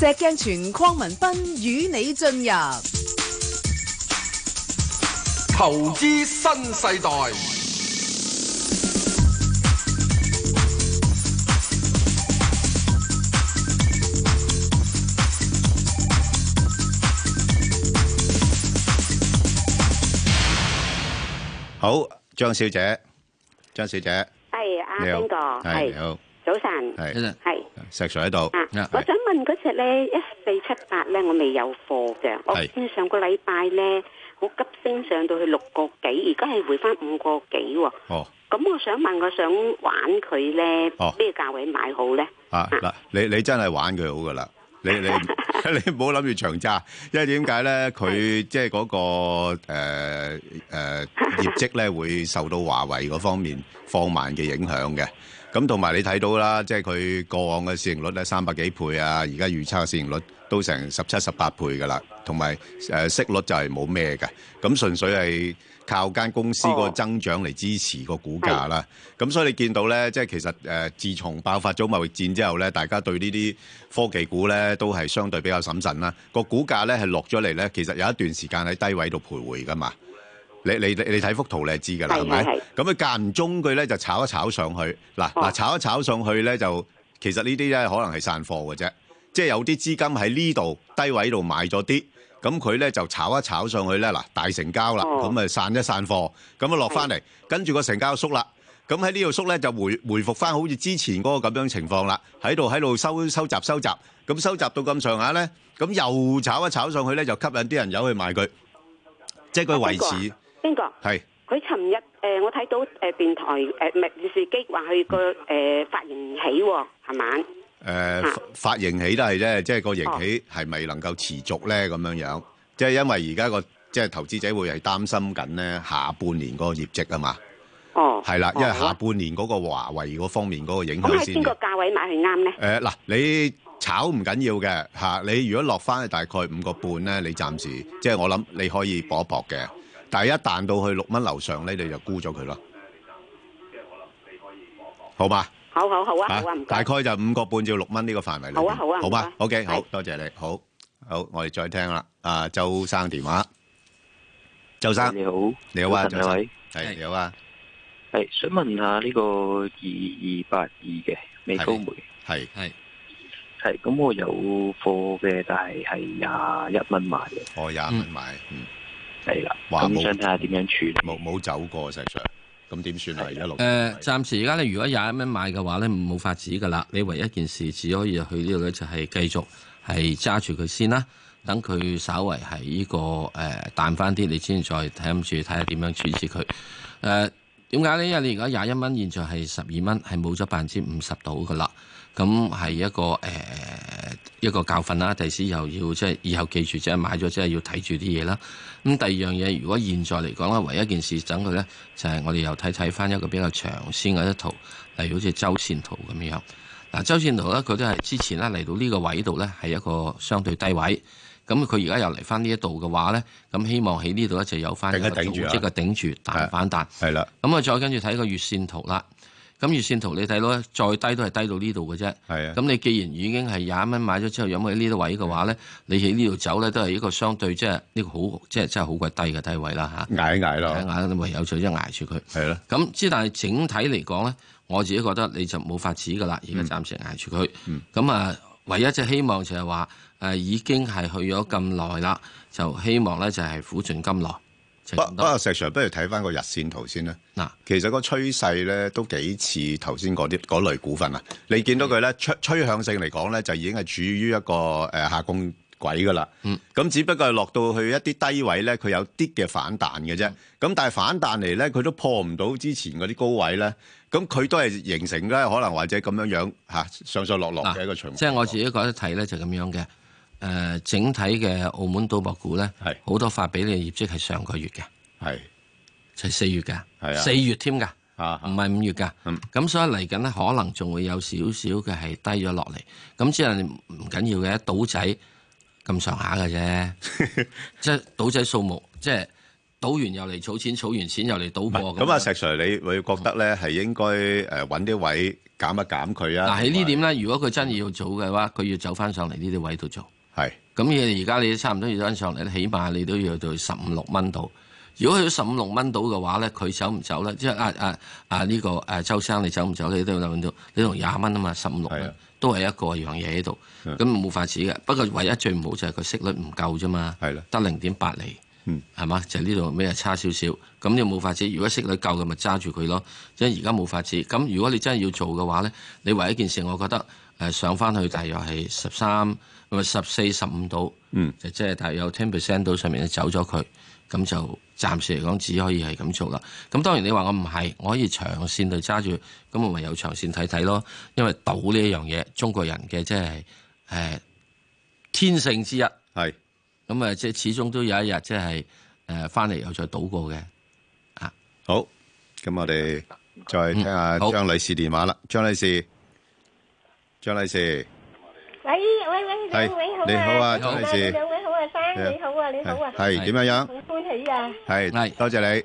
石鏡泉鄺民彬與你進入投資新世代，好，張小姐，張小姐，係啊，你好邊個？係你好，早晨，係係石 Sir 喺度，啊！我想問嗰只咧一四七八咧，我未有貨嘅。我係見上個禮拜咧，好急升上到去六個幾，而家係回翻五個幾喎。哦。咁我想問，我想玩佢咧，哦咩價位買好咧？啊嗱，你你真係玩佢好噶啦，你 <laughs> 你 <laughs> 你唔好諗住長揸，因為點解咧？佢即係嗰個誒誒、呃呃、業績咧會受到華為嗰方面放慢嘅影響嘅。咁同埋你睇到啦，即係佢過往嘅市盈率咧三百幾倍啊，而家預測嘅市盈率都成十七十八倍噶啦，同埋誒息率就係冇咩嘅，咁純粹係靠間公司個增長嚟支持個股價啦。咁、所以你見到咧，即係其實誒、呃自從爆發咗貿易戰之後咧，大家對呢啲科技股咧都係相對比較審慎啦。個股價咧係落咗嚟咧，其實有一段時間喺低位度徘徊噶嘛。你你你你睇幅圖你係知㗎啦，係係咪係係？咁佢間唔中佢咧就炒一炒上去，嗱嗱炒一炒上去咧就其實呢啲咧可能係散貨嘅啫，即係有啲資金喺呢度低位度買咗啲，咁佢咧就炒一炒上去咧嗱大成交啦，咁咪散一散貨，咁啊落翻嚟，跟住個成交縮啦。咁喺呢度縮咧就回回復翻好似之前嗰個咁樣情況啦，喺度喺度收收集收集，咁收集到咁上下咧，咁又炒一炒上去咧，就吸引啲人有去買佢，即係佢維持邊個？係。佢尋日呃誒，我睇到誒電台呃誒唔係電視機話佢個嗯誒發言起喎，係晚。誒、呃嗯發型起都係啊啫，即係個型起係咪能夠持續咧？咁樣樣，即係因為而家個即係投資者會係擔心緊咧下半年嗰個業績啊嘛。哦，係啦，因為下半年嗰個華為嗰方面嗰個影咁響喺先邊個至。呃價位買係啱咧？誒嗱、你炒唔緊要嘅嚇、你如果落翻去大概五個半咧，你暫時即係我諗你可以搏一搏嘅，但係一彈到去六蚊樓上咧，你就沽咗佢咯，好嘛？好好好啊，好啊，啊唔該。大概就五個半至六蚊呢個範圍裏邊好啊好啊好唔嘛該，OK，好係多謝你，好好，我哋再聽啦。啊，周生電話，周生你好，你好啊，早晨兩周生位，係你好啊，系想問下呢個二二八二嘅美高梅，係系系咁我有貨嘅，但係係廿一蚊買嘅，我廿蚊買，嗯，係啦，哇咁冇想睇下點樣處理，冇冇走過實上，咁點算啊？而家六誒，呃暫時而家你如果廿一蚊買嘅話咧，冇法子噶啦。你唯一件事只可以去呢度咧，就係繼續係揸住佢先啦。等佢稍為係呢個誒彈翻啲，你先再睇住睇下點樣處置佢。誒點解咧？因為你而家廿一蚊，現在係十二蚊，係冇咗百分之五十到噶啦。咁係一個誒、一個教訓啦。第時又要即係以後記住，即係買咗即係要睇住啲嘢啦。咁第二樣嘢，如果現在嚟講咧，唯一一件事等佢咧，就係、我哋又睇睇翻一個比較長線嘅一圖，例如好似周線圖咁樣。嗱，周線圖咧，佢都係之前咧嚟到呢個位度咧，係一個相對低位。咁佢而家又嚟翻呢一度嘅話咧，咁希望喺呢度咧就有翻一個頂一頂組住啊織嘅頂住彈反彈。係啦。咁啊，再跟住睇個月線圖啦。咁月線圖你睇到咧，再低都係低到呢度嘅啫。係啊。咁你既然已經係廿一蚊買咗之後，有冇喺呢啲位嘅話咧，你喺呢度走咧都係一個相對即係呢個好即係真係好鬼低嘅低位啦嚇。捱一捱啦，捱一捱啦唯有就一捱住佢。係咯。咁之但係整體嚟講咧，我自己覺得你就冇法子噶啦，而嗯家暫時捱住佢。咁啊，唯一隻希望就係話誒已經係去咗咁耐啦，就希望咧就係苦盡甘來。不不過石 Sir，不如睇翻個日線圖先啦。嗱，其實個趨勢咧都幾似頭先嗰啲嗰類股份啊。你見到佢嗯咧趨趨向性嚟講咧，就已經係處於一個誒、呃下降軌噶啦。嗯，咁只不過係落到去一啲低位咧，佢有啲嘅反彈嘅嗯啫。咁但係反彈嚟咧，佢都破唔到之前嗰啲高位咧。咁佢都係形成咧，可能或者咁樣樣嚇、上上落落嘅一個循環。即係我自己覺得睇咧就咁樣嘅。誒、整體嘅澳門賭博股咧，好多發俾你嘅業績係上個月嘅，係就係四月㗎，係啊啊嗯四月添㗎，唔係五月㗎。咁、所以嚟緊咧，可能仲會有少少嘅係低咗落嚟。咁只係唔緊要嘅，賭仔咁上下嘅 <laughs> 啫，即係賭仔數目，即係賭完又嚟儲錢，儲完錢又嚟賭博咁啊，石 Sir，你會覺得咧係應該誒揾啲位減一減佢啊？嗱喺呢點咧，如果佢真係要做嘅話，佢要走翻上嚟呢啲位度做。係。咁而而家你差唔多要走返上嚟咧，起碼你都要到十五六蚊度。如果去到十五六蚊度嘅話咧，佢走唔走咧？即係啊啊啊呢、個誒周生你走唔走呢？你都要諗到，你同廿蚊啊嗯嘛，十五六蚊都係一個樣嘢喺度，咁冇法子嘅。不過唯一最唔好就係佢息率唔夠啫嘛，得零點八厘。係嘛？就呢度咩差少少，咁你冇法子。如果息率夠嘅，咪揸住佢咯。因為而家冇法子。咁如果你真係要做嘅話咧，你唯一一件事，我覺得誒、呃上翻去大約係十三唔係啊十四十五度，嗯，就即係大約有 ten percent 到上面就走咗佢，咁就暫時嚟講只可以係咁做啦。咁當然你話我唔係，我可以長線嚟揸住，咁我咪有長線睇睇咯。因為賭呢一樣嘢，中國人嘅即係誒天性之一係。咁啊，即係始終都有一日即係誒翻嚟又再賭過嘅。好，咁我哋再聽下好張女士電話啦。張女士，張女士，喂喂喂，兩位好啊，係你好啊張女士兩位好啊，生你好啊，你好啊，係係點樣樣好歡喜喜啊！係，多謝你。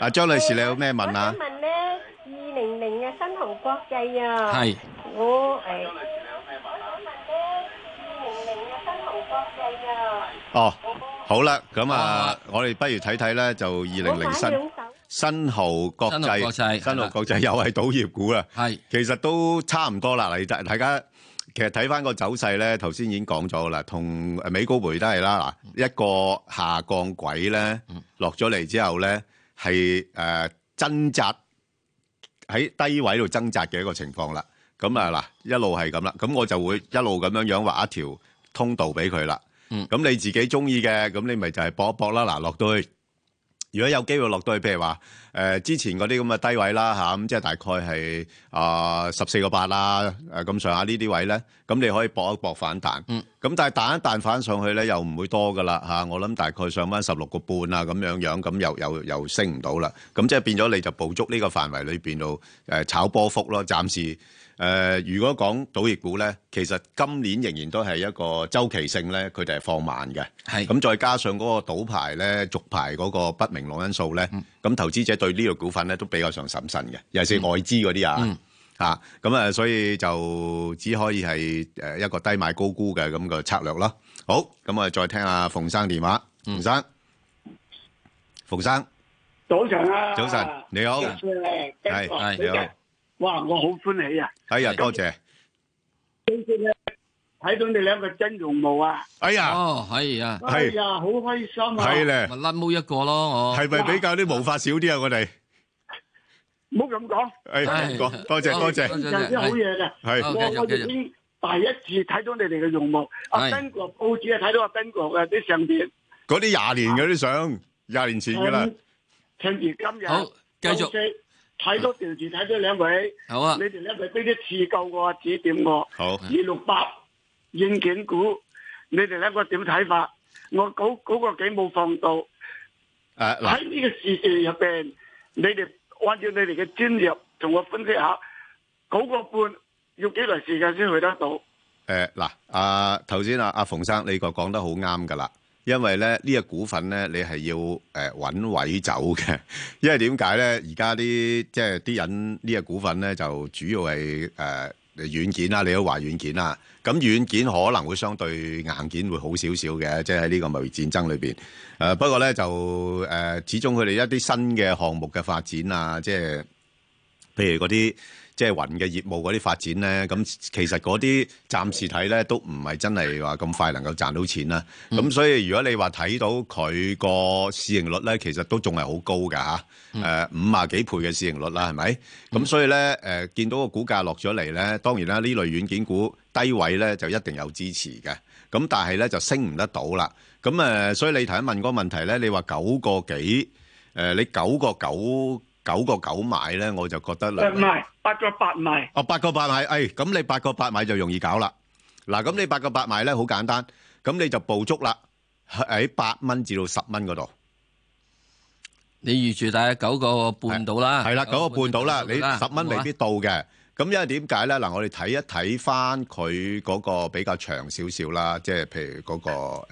啊，張女士，你有咩問我啊？想問咧，二零零嘅新鴻國際啊，係我誒。我哦，好啦，咁啊，我哋不如睇睇咧，就二零零新買兩手新濠國新濠際，國際新係啦濠國際又係賭業股啦。啊係，其實都差唔多啦。嚟大大家其實睇翻個走勢咧，頭先已經講咗啦，同美高梅都係啦。嗯嗱，一個下降軌咧落咗嚟之後咧，係誒掙扎喺低位度掙扎嘅一個情況啦。咁啊嗱，一路係咁啦，咁我就會一路咁樣樣畫一條通道俾佢啦。咁你自己中意嘅，咁你咪就係搏一搏啦。嗱，落到去，如果有機會落到去，譬如話誒、呃之前嗰啲咁嘅低位啦吓，咁、即係大概係啊十四個八啦，誒咁上下呢啲位咧，咁你可以搏一搏反彈。咁、但係彈一彈反上去咧，又唔會多噶啦吓，我諗大概上翻十六個半啊咁樣樣，咁又又又升唔到啦。咁即係變咗你就捕捉呢個範圍裏邊度誒炒波幅咯，暫時。誒、如果講賭業股咧，其實今年仍然都係一個周期性咧，佢哋係放慢嘅。係咁，再加上嗰個賭牌咧、續牌嗰個不明朗因素咧，咁、投資者對呢個股份咧都比較上審慎嘅，尤其是外資嗰啲啊。啊，咁啊，所以就只可以係誒一個低買高沽嘅咁嘅策略啦。好，咁啊，再聽下馮生電話。馮生，馮生，早晨啊，早晨你好係係係你好，哇，我好歡喜啊！哎呀，多謝。今次咧睇到你兩個真容貌啊，哎呀，哦，係啊，哎呀，好開心啊！係咧，咪甩毛一個咯，我係咪比較啲毛髮少啲啊？我哋唔好咁講，係唔好講多謝多謝有啲好嘢嘅，係我好繼續我繼已續經第一次睇到你哋嘅容貌，阿係斌哥報紙啊睇到阿斌哥嘅啲相片，嗰啲廿年嗰啲相，廿年前噶啦，趁住今日好繼續休息睇到電視睇到兩位，好啊你哋兩位俾啲刺救我指點我，好二六八軟件股，你哋兩個點睇法？我嗰嗰個幾冇放到。誒嗱喺。呢個事情入邊，你哋按照你哋嘅專業同我分析下，九個半要幾耐時間先去得到？誒呃嗱，阿頭先啊，阿馮生你個講得好啱噶啦，因為咧呢個股份咧，你係要誒揾位走嘅， <laughs> 因為點解咧？而家啲即係啲人呢個股份咧，就主要係誒軟件啦，你都話軟件啦，咁軟件可能會相對硬件會好少少嘅，即係喺呢個貿易戰爭裏邊。誒、呃不過咧就誒、始終佢哋一啲新嘅項目嘅發展啊，即係。譬如嗰啲即係雲嘅業務嗰啲發展咧，咁其實嗰啲暫時睇咧都唔係真係話咁快能夠賺到錢啦。咁、所以如果你話睇到佢個市盈率咧，其實都仲係好高㗎嚇，誒五啊幾倍嘅市盈率啦，係咪？咁、所以咧誒、見到個股價落咗嚟咧，當然啦，呢類軟件股低位咧就一定有支持嘅。咁但係咧就升唔得到啦。咁誒、所以你頭先問嗰個問題咧，你話九個幾？誒、呃你九個九九個九買咧，我就覺得誒兩唔係，八個八唔係，哦，八個八買，誒，咁你八個八買就容易搞啦。嗱，咁你八個八買咧，好簡單，咁你就捕捉啦，喺八蚊至到十蚊嗰度。你預住大概九個半到啦，係啦，九個半到啦，你十蚊未必好啊到嘅。咁因為點解咧？嗱，我哋睇一睇翻佢嗰個比較長少少啦，即係譬如嗰個誒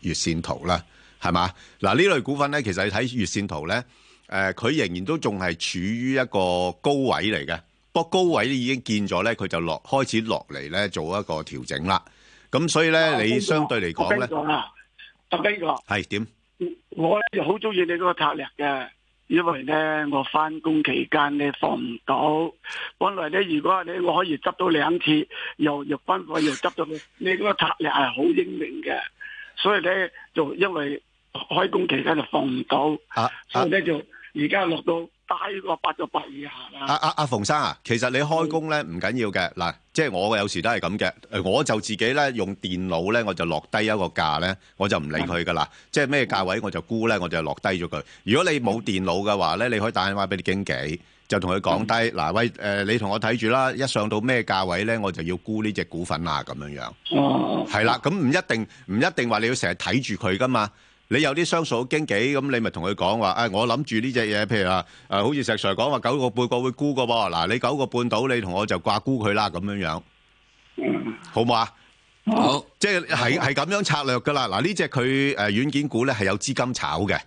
月線圖啦，係嘛？嗱，呢類股份咧，其實你睇月線圖咧，誒佢仍然都仲係處於一個高位嚟嘅。不過高位已經見咗咧，佢就落開始落嚟咧，做一個調整啦。咁所以啊咧，你相對嚟講咧，咧，阿斌哥，係點？我咧就好中意你嗰個策略嘅，因為咧我翻工期間咧放唔到，本來咧如果你我可以執到兩次，又又翻過又執到，你嗰個策略係好英明嘅，所以咧就因為開工期間就放唔到。啊所以咧就而家落到低過八個八以下啦。阿阿阿馮生啊，其實你開工咧唔緊要嘅，嗱，即係我有時都係咁嘅，誒我就自己咧用電腦咧，我就落低一個價咧，我就唔理佢噶啦，即係咩價位我就估咧，我就落低咗佢。如果你冇電腦嘅話咧，你可以打電話俾你經紀，就同佢講低嗱，喂誒、你同我睇住啦，一上到咩價位咧，我就要估呢只股份啦咁樣樣。哦，係啦，咁唔一定唔一定話你要成日睇住佢噶嘛。你有啲商數經紀，咁你咪同佢講話，誒、我諗住呢只嘢，譬如話，誒、好似石 Sir 講話九個半個會沽個噃，嗱，你九個半到，你同我就掛沽佢啦，咁樣樣，好唔好啊？好，即係係係咁樣策略㗎啦。嗱，呢只佢誒軟件股咧係有資金炒嘅，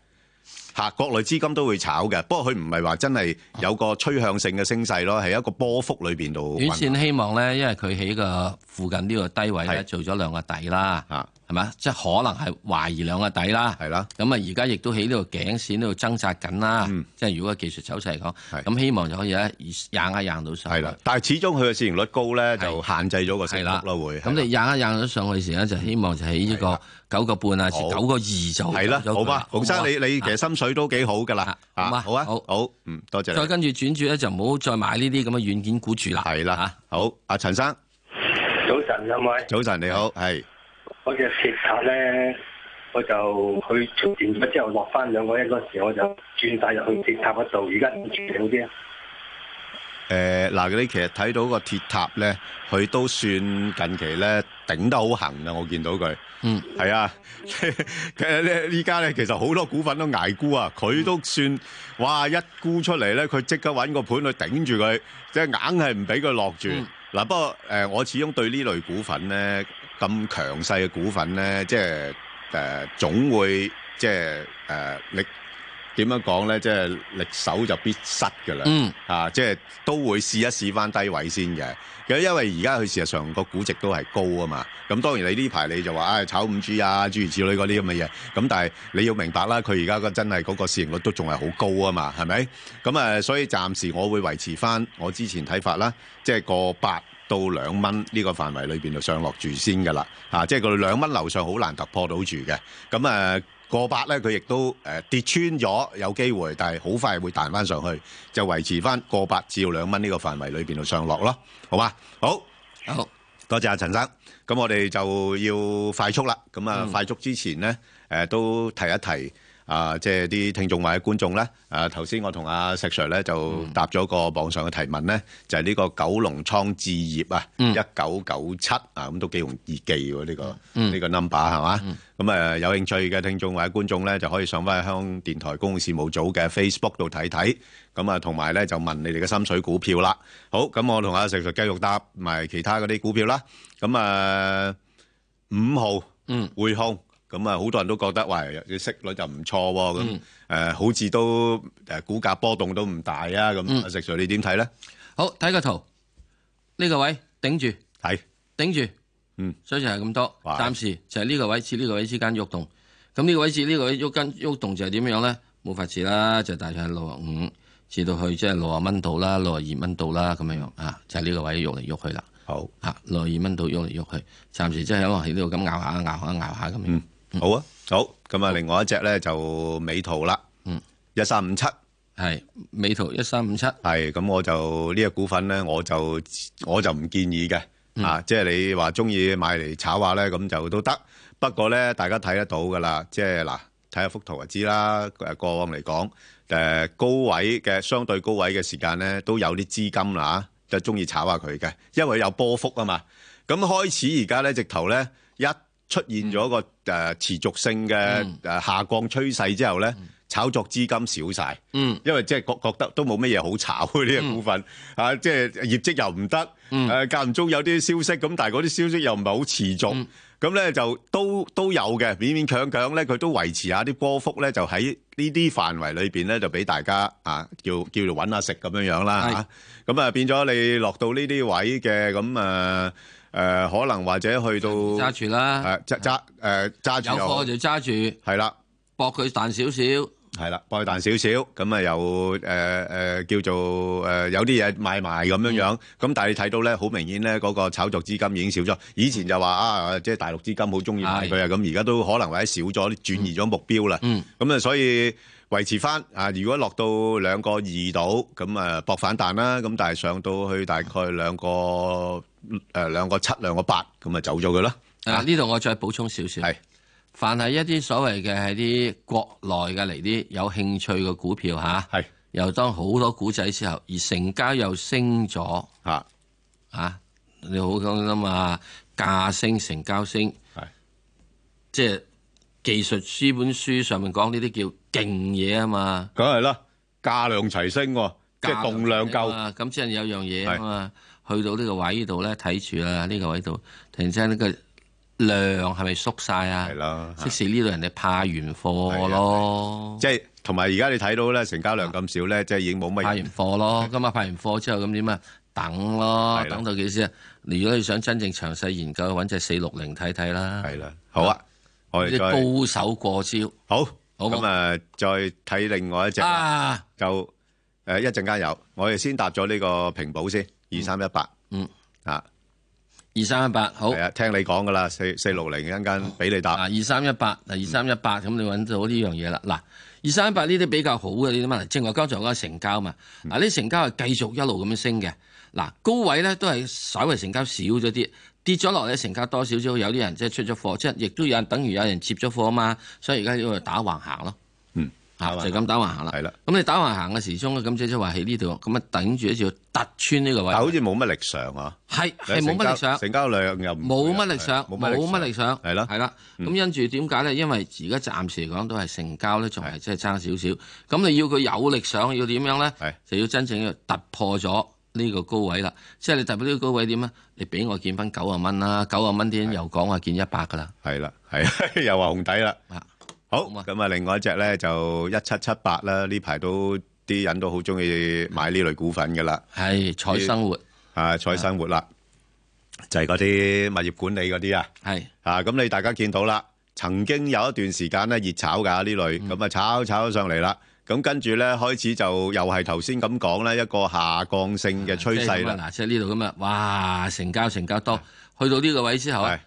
嚇國內資金都會炒嘅。不過佢唔係話真係有個趨向性嘅升勢咯，係一個波幅裏邊度短運。線希望咧，因為佢喺個附近呢個低位咧做咗兩個底啦，係咪？即係可能係懷疑兩個底啦，啊係啦。嗯咁啊，而家亦都喺呢個頸線呢度掙扎緊啦。即係如果技術走勢嚟講，咁希望就可以咧硬一硬到上。係啦，但係始終佢嘅市盈率高咧，就限制咗個升幅咯，會。咁你硬一硬到上去時咧，就希望就喺呢個九個半啊，至好九個二就係係啦，好吧，洪啊生你你其實心水都幾好㗎啦，好嘛啊好啊，好，嗯，多謝你再。跟住轉住咧，就唔好再買呢啲咁嘅軟件股住啦。係啦，好，阿陳生，早晨，兩位，早晨你好，係我只鐵塔咧，我就佢出完咗之後落翻兩個一嗰時，我就轉晒入去鐵塔嗰度，而家唔轉好啲啊。誒呃嗱，你其實睇到個鐵塔咧，佢都算近期咧頂得好行啊，我見到佢。嗯，係啊， <laughs> 其實咧依家咧，其實好多股份都捱沽啊，佢都算哇一沽出嚟咧，佢即刻揾個盤去頂住佢，即係硬係唔俾佢落住。嗱、不過誒、呃我始終對呢類股份咧咁強勢嘅股份咧，即係誒、呃、總會即係誒力。點樣講咧？即係力手就必失㗎啦。嗯，啊，即係都會試一試翻低位先嘅。咁因為而家佢事實上個估值都係高啊嘛。咁當然你呢排你就話啊、炒五 G 啊諸如此類嗰啲咁嘅嘢。咁但係你要明白啦，佢而家個真係嗰個市盈率都仲係好高啊嘛，係咪？咁啊，所以暫時我會維持翻我之前睇法啦，即係個八。到兩蚊呢個範圍裏邊就上落住先㗎啦，啊，即係佢兩蚊樓上好難突破到住嘅。咁誒、呃、過百咧，佢亦都誒、呃跌穿咗有機會，但係好快會彈翻上去，就維持翻過百至到兩蚊呢個範圍裏邊就上落咯，好嘛？好，好多謝阿陳生。咁我哋就要快速啦。咁啊，快速之前咧，誒、都提一提。啊，即係啲聽眾或者觀眾咧，啊頭先我同阿石 Sir 咧就答咗個網上嘅提問咧，就係、呢個九龍倉置業啊，一九九七啊，咁都幾容易記喎呢、個呢、嗯個 number 係嘛？咁誒、有興趣嘅聽眾或者觀眾咧，就可以上翻香港電台公共事務組嘅 Facebook 度睇睇，咁啊同埋咧就問你哋嘅心水股票啦。好，咁我同阿石 Sir 繼續答埋其他嗰啲股票啦。咁啊五號，嗯，匯控。咁啊，好多人都覺得，喂，啲息率就唔錯喎，咁誒、嗯好似都誒股價波動都唔大啊，咁、嗯阿石 Sir 你點睇咧？好，睇個圖，呢個位頂住，係頂住，嗯，所以就係咁多。暫時就係呢個位至呢個位之間喐動，咁呢個位至呢個位喐跟喐動就係點樣咧？冇法子啦，就大約係六啊五至到去即係六啊蚊度啦，六啊二蚊度啦咁樣樣啊，就係呢個位喐嚟喐去啦。好啊，六啊二蚊度喐嚟喐去，暫時即係可能喺呢度咁咬下咬下咬下咁樣。好啊，好。咁啊，另外一隻咧就美圖啦，嗯，一三五七，係美圖一三五七，係咁我就呢、個股份咧，我就我就唔建議嘅，嗯啊，即係你話中意買嚟炒下咧，咁就都得。不過咧，大家睇得到噶啦，即係嗱，睇下幅圖就知啦。誒，過往嚟講，誒、高位嘅相對高位嘅時間咧，都有啲資金啦，啊就中意炒下佢嘅，因為有波幅啊嘛。咁開始而家咧，直頭咧一出現咗個誒持續性嘅誒下降趨勢之後咧，炒作資金少晒。嗯，因為即係覺覺得都冇乜嘢好炒嘅呢個股份啊，即係業績又唔得，誒間唔中有啲消息咁，但係嗰啲消息又唔係好持續，咁咧就都都有嘅，勉勉強強咧佢都維持下啲波幅咧，就喺呢啲範圍裏邊咧就俾大家啊叫叫做揾下食咁樣樣啦嚇。咁啊變咗你落到呢啲位嘅咁誒誒，可能或者去到揸住啦，誒揸揸誒揸住有貨就揸住，係啦，搏佢彈少少。係啦，幫佢彈少少，咁啊又誒誒、呃叫做誒、呃有啲嘢賣埋咁樣樣，嗯咁、但係你睇到咧，好明顯咧嗰、個炒作資金已經少咗。以前就話啊，即係大陸資金好中意買佢啊，咁而家都可能或者少咗，轉移咗目標啦。嗯咁啊，所以維持翻啊，如果落到兩個二度，咁啊搏反彈啦，咁但係上到去大概兩個誒兩個七兩個八，咁啊走咗佢啦。啊！呢度我再補充少少，係凡係一啲所謂嘅係啲國內嘅嚟啲有興趣嘅股票嚇，係又當好多股仔之後，而成交又升咗嚇啊！你好講啦嘛，價升成交升，係即係技術書本書上面講呢啲叫勁嘢啊嘛，梗係啦，價量齊升喎，即係動量夠。啊！咁即係有樣嘢啊嘛，去到呢個位度咧睇住啦，呢個位度突然之間呢個量係咪縮晒啊？係啦，即使呢度人哋派完啊貨咯，即係同埋而家你睇到咧，成交量咁少咧，即係已經冇乜派完貨咯。今日派完貨之後咁點啊？等咯，等到幾時啊？如果你想真正詳細研究，揾隻四六零睇睇啦。係啦，好啊，我哋啲再高手過招。好，好咁啊，再睇另外一隻啊，就誒一陣間有，我哋先答咗呢個平保先，二三一八，嗯啊，二三一八，好，係啊，聽你講噶啦，四四六零一陣間俾你答，嗯啊，二三一八，嗱，二三一八，咁你揾到呢樣嘢啦。嗱，二三一八呢啲比較好嘅呢啲問題，正話剛才講成交嘛，嗯嗱，呢成交係繼續一路咁樣升嘅。嗱，高位咧都係稍微成交少咗啲，跌咗落嚟成交多少少，有啲人即係出咗貨，即係亦都有人等於有人接咗貨啊嘛，所以而家要去打橫行咯。嗯，嚇就咁打橫行啦。係啦，咁你打橫行嘅時鐘咁即係話喺呢度，咁啊頂住一條突穿呢個位。但好似冇乜力上啊，係係冇乜力上，成交量又冇乜力上，冇冇乜力上乜力上，係啦係啦。嗯咁因住點解咧？因為而家暫時嚟講都係成交咧，仲係即係爭少少。咁你要佢有力上，要點樣咧？就要真正要突破咗呢個高位啦。即係你突破呢個高位點咧？你俾我見翻九啊蚊啦，九啊蚊啲又講話見一百噶啦。係啦，係 <laughs> 又話紅底啦。啊好，咁啊，另外一隻咧就一七七八啦，呢排都啲人都好中意買呢類股份噶啦。係彩生活啊啊，彩生活啦，就係嗰啲物業管理嗰啲啊。係啊，咁你大家見到啦，曾經有一段時間咧熱炒㗎呢嗯類，咁啊炒炒咗上嚟啦。咁跟住咧開始就又係頭先咁講咧一個下降性嘅趨勢啦。啊嗱，即係呢度咁啊，哇！成交成交多，去到呢個位之後啊，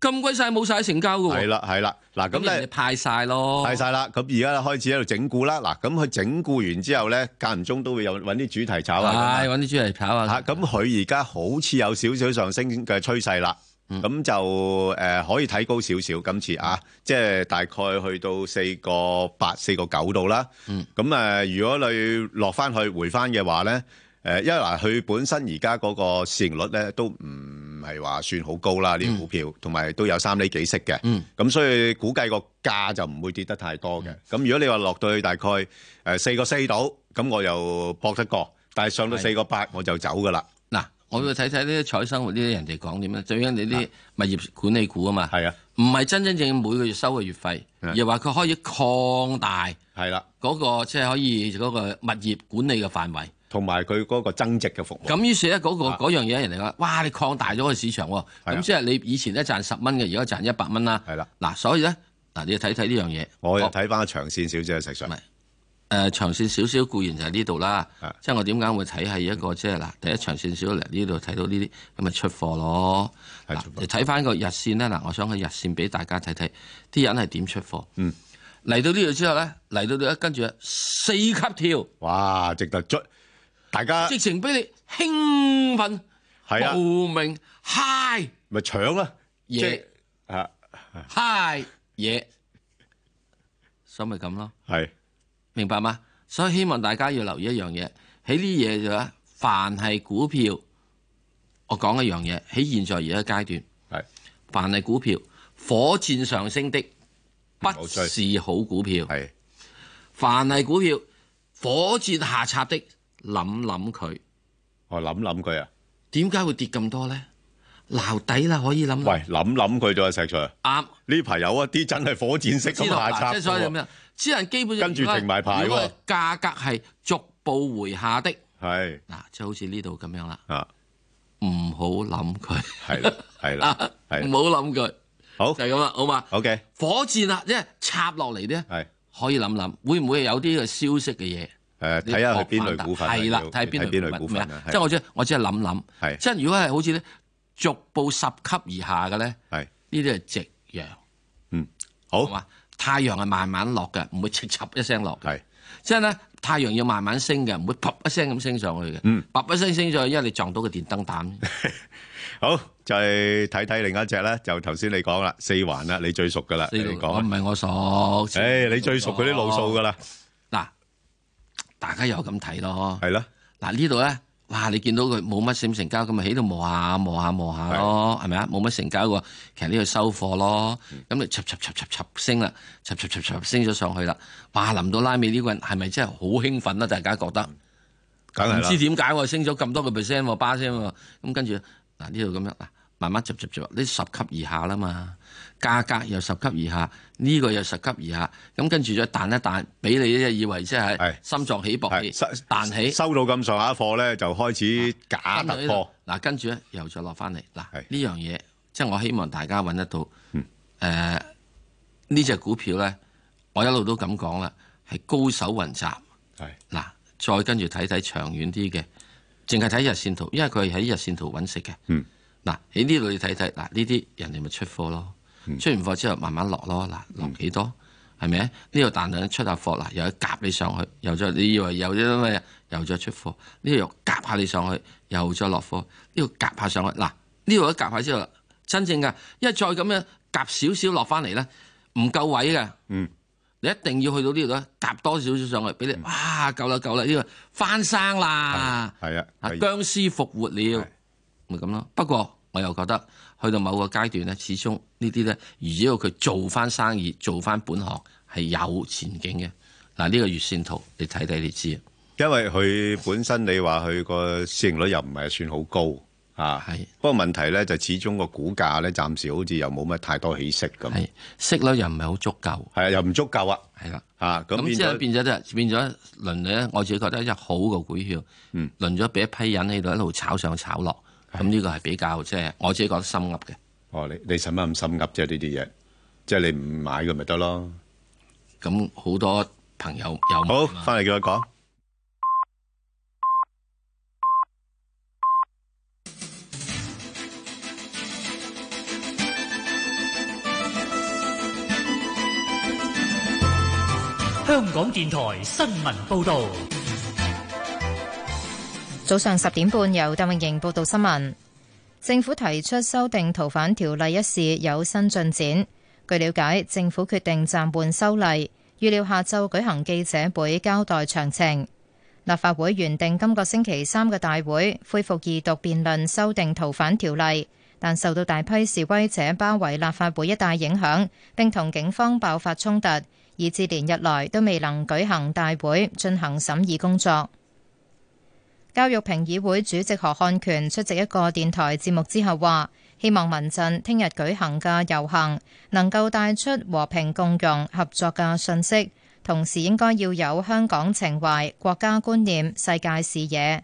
咁鬼晒冇晒成交㗎喎。係啦，係啦，嗱咁人咧哋派晒咯，派晒啦。咁而家開始喺度整固啦。嗱，咁佢整固完之後咧，間唔中都會有揾啲主題炒下。係揾啲主題炒下。咁佢而家好似有少少上升嘅趨勢啦。咁就誒可以睇高少少今次啊，即係大概去到四個八、四個九度啦。嗯咁誒，如果你落翻去回翻嘅話咧，誒，因為嗱，佢本身而家嗰個市盈率咧都唔係話算好高啦，呢啲股票，同埋都有三厘幾息嘅。嗯咁所以估計個價就唔會跌得太多嘅。咁如果你話落到去大概誒四個四度，咁我又搏得過，但係上到係四個八我就走噶啦。嗱，我要睇睇呢啲彩生活呢啲人哋講點咧，最緊你啲物業管理股啊嘛，啊係啊，啊唔係真真正正每個月收嘅月費，而係話佢可以擴大係啦嗰個即係可以嗰個物業管理嘅範圍，同埋佢嗰個增值嘅服務。啊咁於是咧嗰個嗰樣嘢人哋話，哇！你擴大咗個市場喎，係啊咁即係你以前咧賺十蚊嘅，而家賺一百蚊啦。係啦，嗱，所以咧嗱，你要睇睇呢樣嘢。我又睇翻長線少少嘅石上。誒、呃長線少少固然就係呢度啦，啊即係我點解會睇係一個即係嗱，第一長線少少嚟呢度睇到呢啲咁咪出貨咯。嗱，你睇翻個日線咧，嗱，我想個日線俾大家睇睇啲人係點出貨。嗯，嚟到呢度之後咧，嚟到呢跟住四級跳，哇！值得追，大家直情俾你興奮，係啊慕名 high 咪搶啦，即嘢係啊， high 嘢，所以咪咁咯。係明白嗎？所以希望大家要留意一樣嘢，喺呢嘢就話，凡係股票，我講一樣嘢，喺現在而家階段，係凡係股票，火箭上升的不是好股票，係凡係股票，火箭下插的，諗諗佢，我諗諗佢啊，點解會跌咁多呢？撈底啦，可以諗喂，諗諗佢咗啊，石 Sir。啱。呢排有一啊啲真係火箭式咁啊知道下嗱插即嘅係所以咁喎樣，，只能基本上跟住停埋牌喎如果係價格係逐步回下的。係嗱，即係好似呢度咁樣啦，啊，唔好諗佢，啊係啦，係 <laughs> 啦，係唔好諗佢，好就係咁啦，好嘛？OK，火箭啊，即係插落嚟咧，係可以諗諗，會唔會有啲嘅消息嘅嘢？誒睇下佢邊類股份啊係啦，要睇下邊睇邊類類股股份份啊咩啊係即係我即係我只係諗諗，係即係如果係好似咧逐步十級而下嘅咧，係呢啲係夕陽，嗯，好嘛？太陽係慢慢落嘅，唔會切插一聲落嘅，係即係咧太陽要慢慢升嘅，唔會啪一聲咁升上去嘅，嗯啪一聲升上去，因為你撞到個電燈膽。好，就係睇睇另一隻咧，就頭先你講啦，四環啦，你最熟噶啦， <laughs> 你四環講我唔係我哦熟誒，你最熟嗰啲路數噶啦，嗱，大家又咁睇咯。係啦。嗱呢度咧，哇！你見到佢冇乜閃成交，咁咪喺度磨下磨下磨下咯，係咪啊？冇乜成交喎，其實呢度收貨咯。咁你插插插插插升啦，插插插插升咗上去啦。哇！臨到拉尾呢個人係咪真係好興奮啊啦？大家覺得？嗯梗係唔啦知點解喎，升咗咁多個 percent 喎，巴聲喎。咁跟住嗱呢度咁樣嗱，慢慢接接接，呢十級以下啦嘛，價格又十級以下，呢、個又十級以下，咁跟住再彈一彈，俾你即係以為即係心臟起搏器彈起，收到咁上下貨咧，就開始假突破。嗱，跟住咧又再落翻嚟，嗱呢樣嘢即係我希望大家揾得到。嗯誒呢只股票咧，我一路都咁講啦，係高手雲集。係嗱，再跟住睇睇長遠啲嘅，淨係睇日線圖，因為佢係喺日線圖揾食嘅。嗯。嗱喺呢度你睇睇，嗱呢啲人哋咪出貨咯，嗯出完貨之後慢慢落咯，嗱落幾多係咪？呢度彈兩出下貨，嗱又夾你上去，又再你以為有啲咩，又再出貨，呢度又夾下你上去，又再落貨，呢度夾下上去，嗱呢度一夾下之後，真正㗎，因為再咁樣夾少少落翻嚟咧，唔夠位嘅，嗯，你一定要去到呢度咧，夾多少少上去，俾你哇夠啦夠啦，呢個翻生啦，係啊，啊僵屍復活了。咪咁咯。不過我又覺得去到某個階段咧，始終呢啲咧，如果佢做翻生意、做翻本行係有前景嘅。嗱，呢個月線圖你睇睇你知啊。因為佢本身你話佢個市盈率又唔係算好高啊，不過問題咧就始終個股價咧暫時好似又冇乜太多起色咁，息率又唔係好足夠，係啊，又唔足夠啊，係啦，啊咁咁變之後咗變咗就變咗輪咧，我自己覺得一隻好嘅股票，嗯，輪咗俾一批人喺度一路炒上炒落，咁呢個係比較即係我自己覺得心噏嘅。哦，你你使乜咁心噏啫？呢啲嘢，即係你唔買佢咪得咯。咁好多朋友有好，翻嚟叫佢講。香港電台新聞報導，早上十點半，由鄧永盈報道新聞。政府提出修訂逃犯條例一事有新進展。據了解，政府決定暫緩修例，預料下晝舉行記者會交代詳情。立法會原定今個星期三嘅大會恢復二讀辯論修訂逃犯條例，但受到大批示威者包圍立法會一帶影響，並同警方爆發衝突，以至連日來都未能舉行大會進行審議工作。教育評議會主席何漢權出席一個電台節目之後話，希望民陣聽日舉行嘅遊行能夠帶出和平共融合作嘅訊息，同時應該要有香港情懷、國家觀念、世界視野。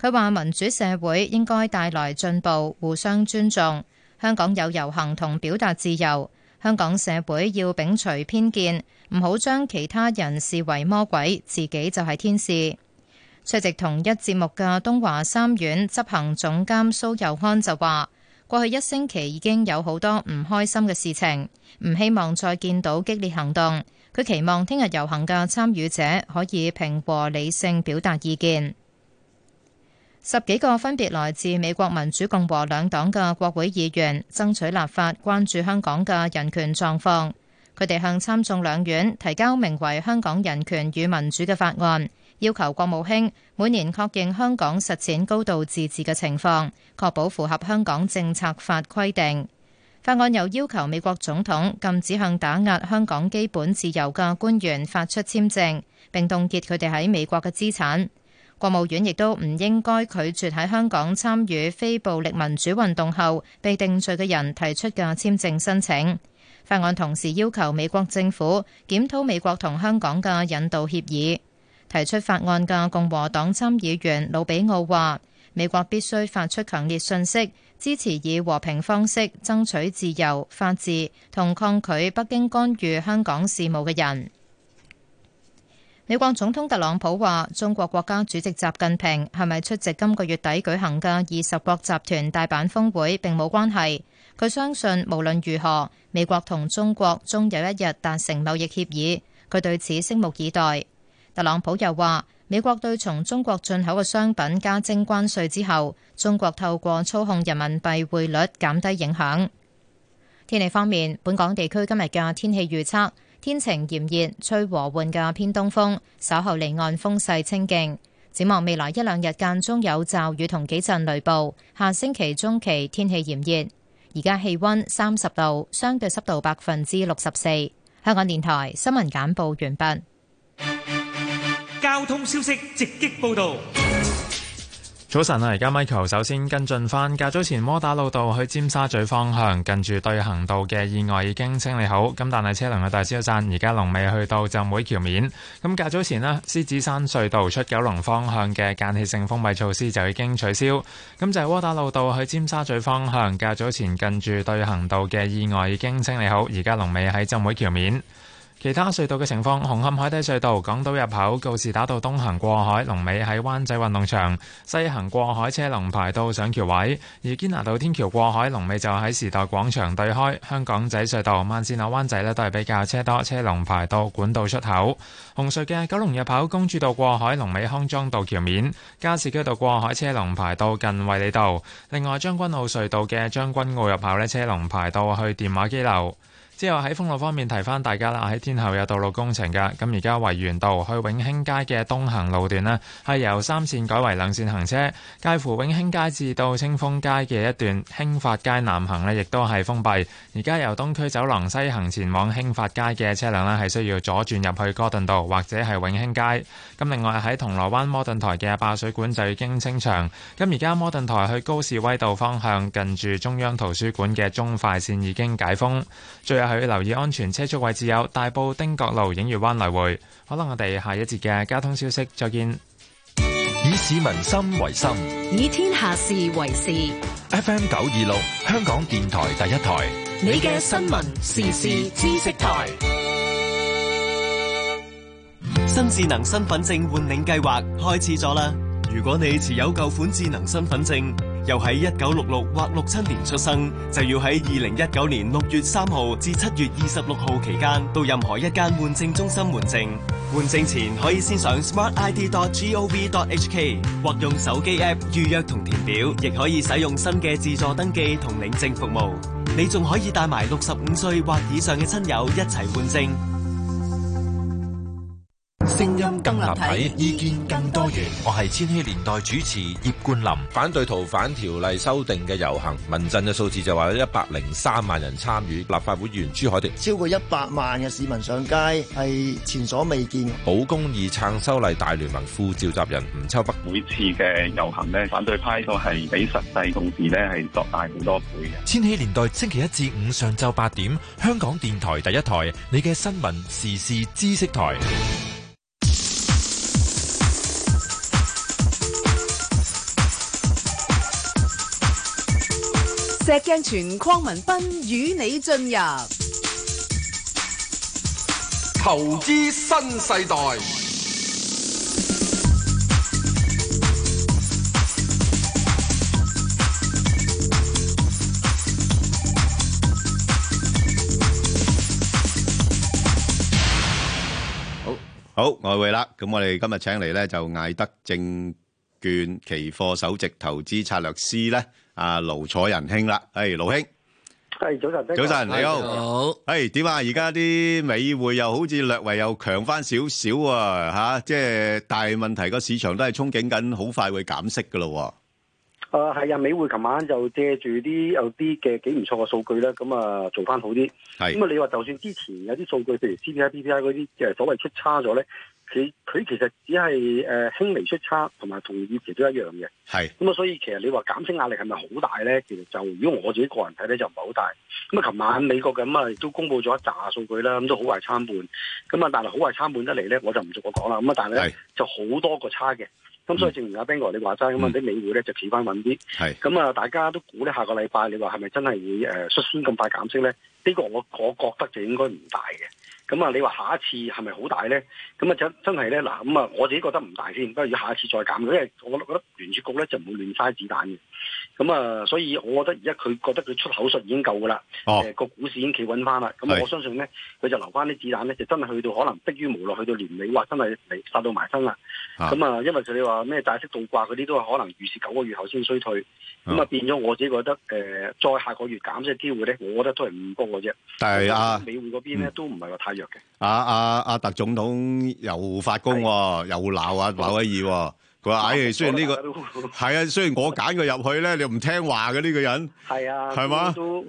佢話民主社會應該帶來進步，互相尊重。香港有遊行同表達自由，香港社會要摒除偏見，唔好將其他人視為魔鬼，自己就係天使。出席同一節目嘅東華三院執行總監蘇佑康就話：過去一星期已經有好多唔開心嘅事情，唔希望再見到激烈行動。佢期望聽日遊行嘅參與者可以平和理性表達意見。十幾個分別來自美國民主共和兩黨嘅國會議員爭取立法，關注香港嘅人權狀況。佢哋向參眾兩院提交名為《香港人權與民主》嘅法案，要求國務卿每年確認香港實踐高度自治嘅情況，確保符合香港政策法規定。法案又要求美國總統禁止向打壓香港基本自由嘅官員發出簽證，並凍結佢哋喺美國嘅資產。國務院亦都唔應該拒絕喺香港參與非暴力民主運動後被定罪嘅人提出嘅簽證申請。法案同時要求美國政府檢討美國同香港嘅引渡協議。提出法案嘅共和黨參議員魯比奧話：美國必須發出強烈訊息，支持以和平方式爭取自由、法治同抗拒北京干預香港事務嘅人。美國總統特朗普話：中國國家主席習近平係咪出席今個月底舉行嘅二十國集團大阪峰會並冇關係。佢相信無論如何，美國同中國終有一日達成貿易協議。佢對此拭目以待。特朗普又話：美國對從中國進口嘅商品加徵關稅之後，中國透過操控人民幣匯率減低影響。天氣方面，本港地區今日嘅天氣預測天晴炎熱，吹和緩嘅偏東風，稍後離岸風勢清勁。展望未來一兩日間中有驟雨同幾陣雷暴，下星期中期天氣炎熱。而家氣温三十度，相對濕度百分之六十四。香港電台新聞簡報完畢。交通消息直擊報道。早晨啊，而家 Michael 首先跟進翻，較早前窩打老道去尖沙咀方向近住對行道嘅意外已經清理好，咁但係車龍嘅大消散，而家龍尾去到浸會橋面。咁較早前呢，獅子山隧道出九龍方向嘅間歇性封閉措施就已經取消。咁就係窩打老道去尖沙咀方向，較早前近住對行道嘅意外已經清理好，而家龍尾喺浸會橋面。其他隧道嘅情況，紅磡海底隧道港島入口告士打道東行過海，龍尾喺灣仔運動場；西行過海車龍排到上橋位。而堅拿道天橋過海龍尾就喺時代廣場對開。香港仔隧道慢線落灣仔呢都係比較車多，車龍排到管道出口。紅隧嘅九龍入口公主道過海龍尾康莊道橋面，加士居道過海車龍排到近衛理道。另外將軍澳隧道嘅將軍澳入口呢，車龍排到去電話機樓。之後喺封路方面提翻大家啦，喺天后有道路工程嘅，咁而家維園道去永興街嘅東行路段呢，係由三線改為兩線行車，介乎永興街至到清風街嘅一段興發街南行呢，亦都係封閉。而家由東區走廊西行前往興發街嘅車輛呢，係需要左轉入去哥頓道或者係永興街。咁另外喺銅鑼灣摩頓台嘅爆水管就已經清場，咁而家摩頓台去高士威道方向近住中央圖書館嘅中快線已經解封。最係要留意安全車速位置，有大埔汀角路、映月灣來回。可能我哋下一節嘅交通消息再見。以市民心為心，以天下事為事。 FM 九二六，香港電台第一台，你嘅新聞時事知識台。新智能身份證換領計劃開始咗啦！如果你持有舊款智能身份證，又喺一九六六或六七年出生，就要喺二零一九年六月三號至七月二十六號期間，到任何一間換證中心換證。換證前可以先上 smartid.gov.hk 或用手機 app 預約同填表，亦可以使用新嘅自助登記同領證服務。你仲可以帶埋六十五歲或以上嘅親友一齊換證。聲音更立體，意見更多元。我係千禧年代主持葉冠霖。反對逃犯條例修訂嘅遊行，民陣嘅數字就話有一百零三萬人參與。立法會議員朱凱迪，超過一百萬嘅市民上街係前所未見。保公義撐修例大聯盟副召集人吳秋北，每次嘅遊行呢，反對派都係比實際共識呢係作大好多倍嘅。千禧年代星期一至五上晝八點，香港電台第一台，你嘅新聞時事知識台。石鏡泉鄺民彬與你進入投資新世代。好，外匯啦，咁我哋今日請嚟咧就艾德證券期貨首席投資策略師咧。阿盧楚仁兄啦，係盧兄，係早晨，早晨，你好，好，係點啊？而家啲美匯又好似略為又強翻少少啊，吓，即係但係問題個市場都係憧憬緊，好快會減息噶咯。誒係啊，美匯琴晚就借住啲有啲嘅幾唔錯嘅數據咧，咁啊做翻好啲。係咁啊，你話就算之前有啲數據，譬如 CPI、PPI 嗰啲誒所謂出差咗咧。佢佢其實只係誒輕微出差，同埋同預期都一樣嘅。係咁啊，所以其實你話減息壓力係咪好大咧？其實就如果我自己個人睇咧，就唔係好大。咁啊，琴晚美國咁啊，亦都公布咗一紮數據啦，咁都好壞參半。咁啊，但係好壞參半得嚟咧，我就唔逐個講啦。咁啊，但係咧就好多個差嘅。咁、嗯、所以正如阿 Ben 哥你話齋，咁啊啲美匯咧就企翻穩啲。係咁啊，大家都估咧下個禮拜你話係咪真係會誒率先咁快減息咧？呢、呢個我我覺得就應該唔大嘅。咁啊，你話下一次係咪好大咧？咁啊真真係咧嗱，咁啊我自己覺得唔大先。不過如果下一次再減，因為我覺得聯儲局咧就唔會亂嘥子彈嘅。咁啊，所以我覺得而家佢覺得佢出口術已經夠㗎啦。哦，個、呃、股市已經企穩翻啦。咁我相信咧，佢就留翻啲子彈咧，就真係去到可能迫於無奈，去到年尾話真係嚟殺到埋身啦。咁啊，因為佢哋話咩債息倒掛嗰啲都係可能預示九個月後先衰退。咁啊變咗我自己覺得誒、呃，再下個月減息嘅機會咧，我覺得都係唔高嘅啫。但係啊，美匯嗰邊咧、嗯、都唔係話太。阿阿阿啊特總統又發功喎，又鬧阿鮑威爾喎。佢話：唉，雖然呢個係啊，雖然我揀佢入去咧，你唔聽話嘅呢個 <laughs> 人。係啊，係嘛？都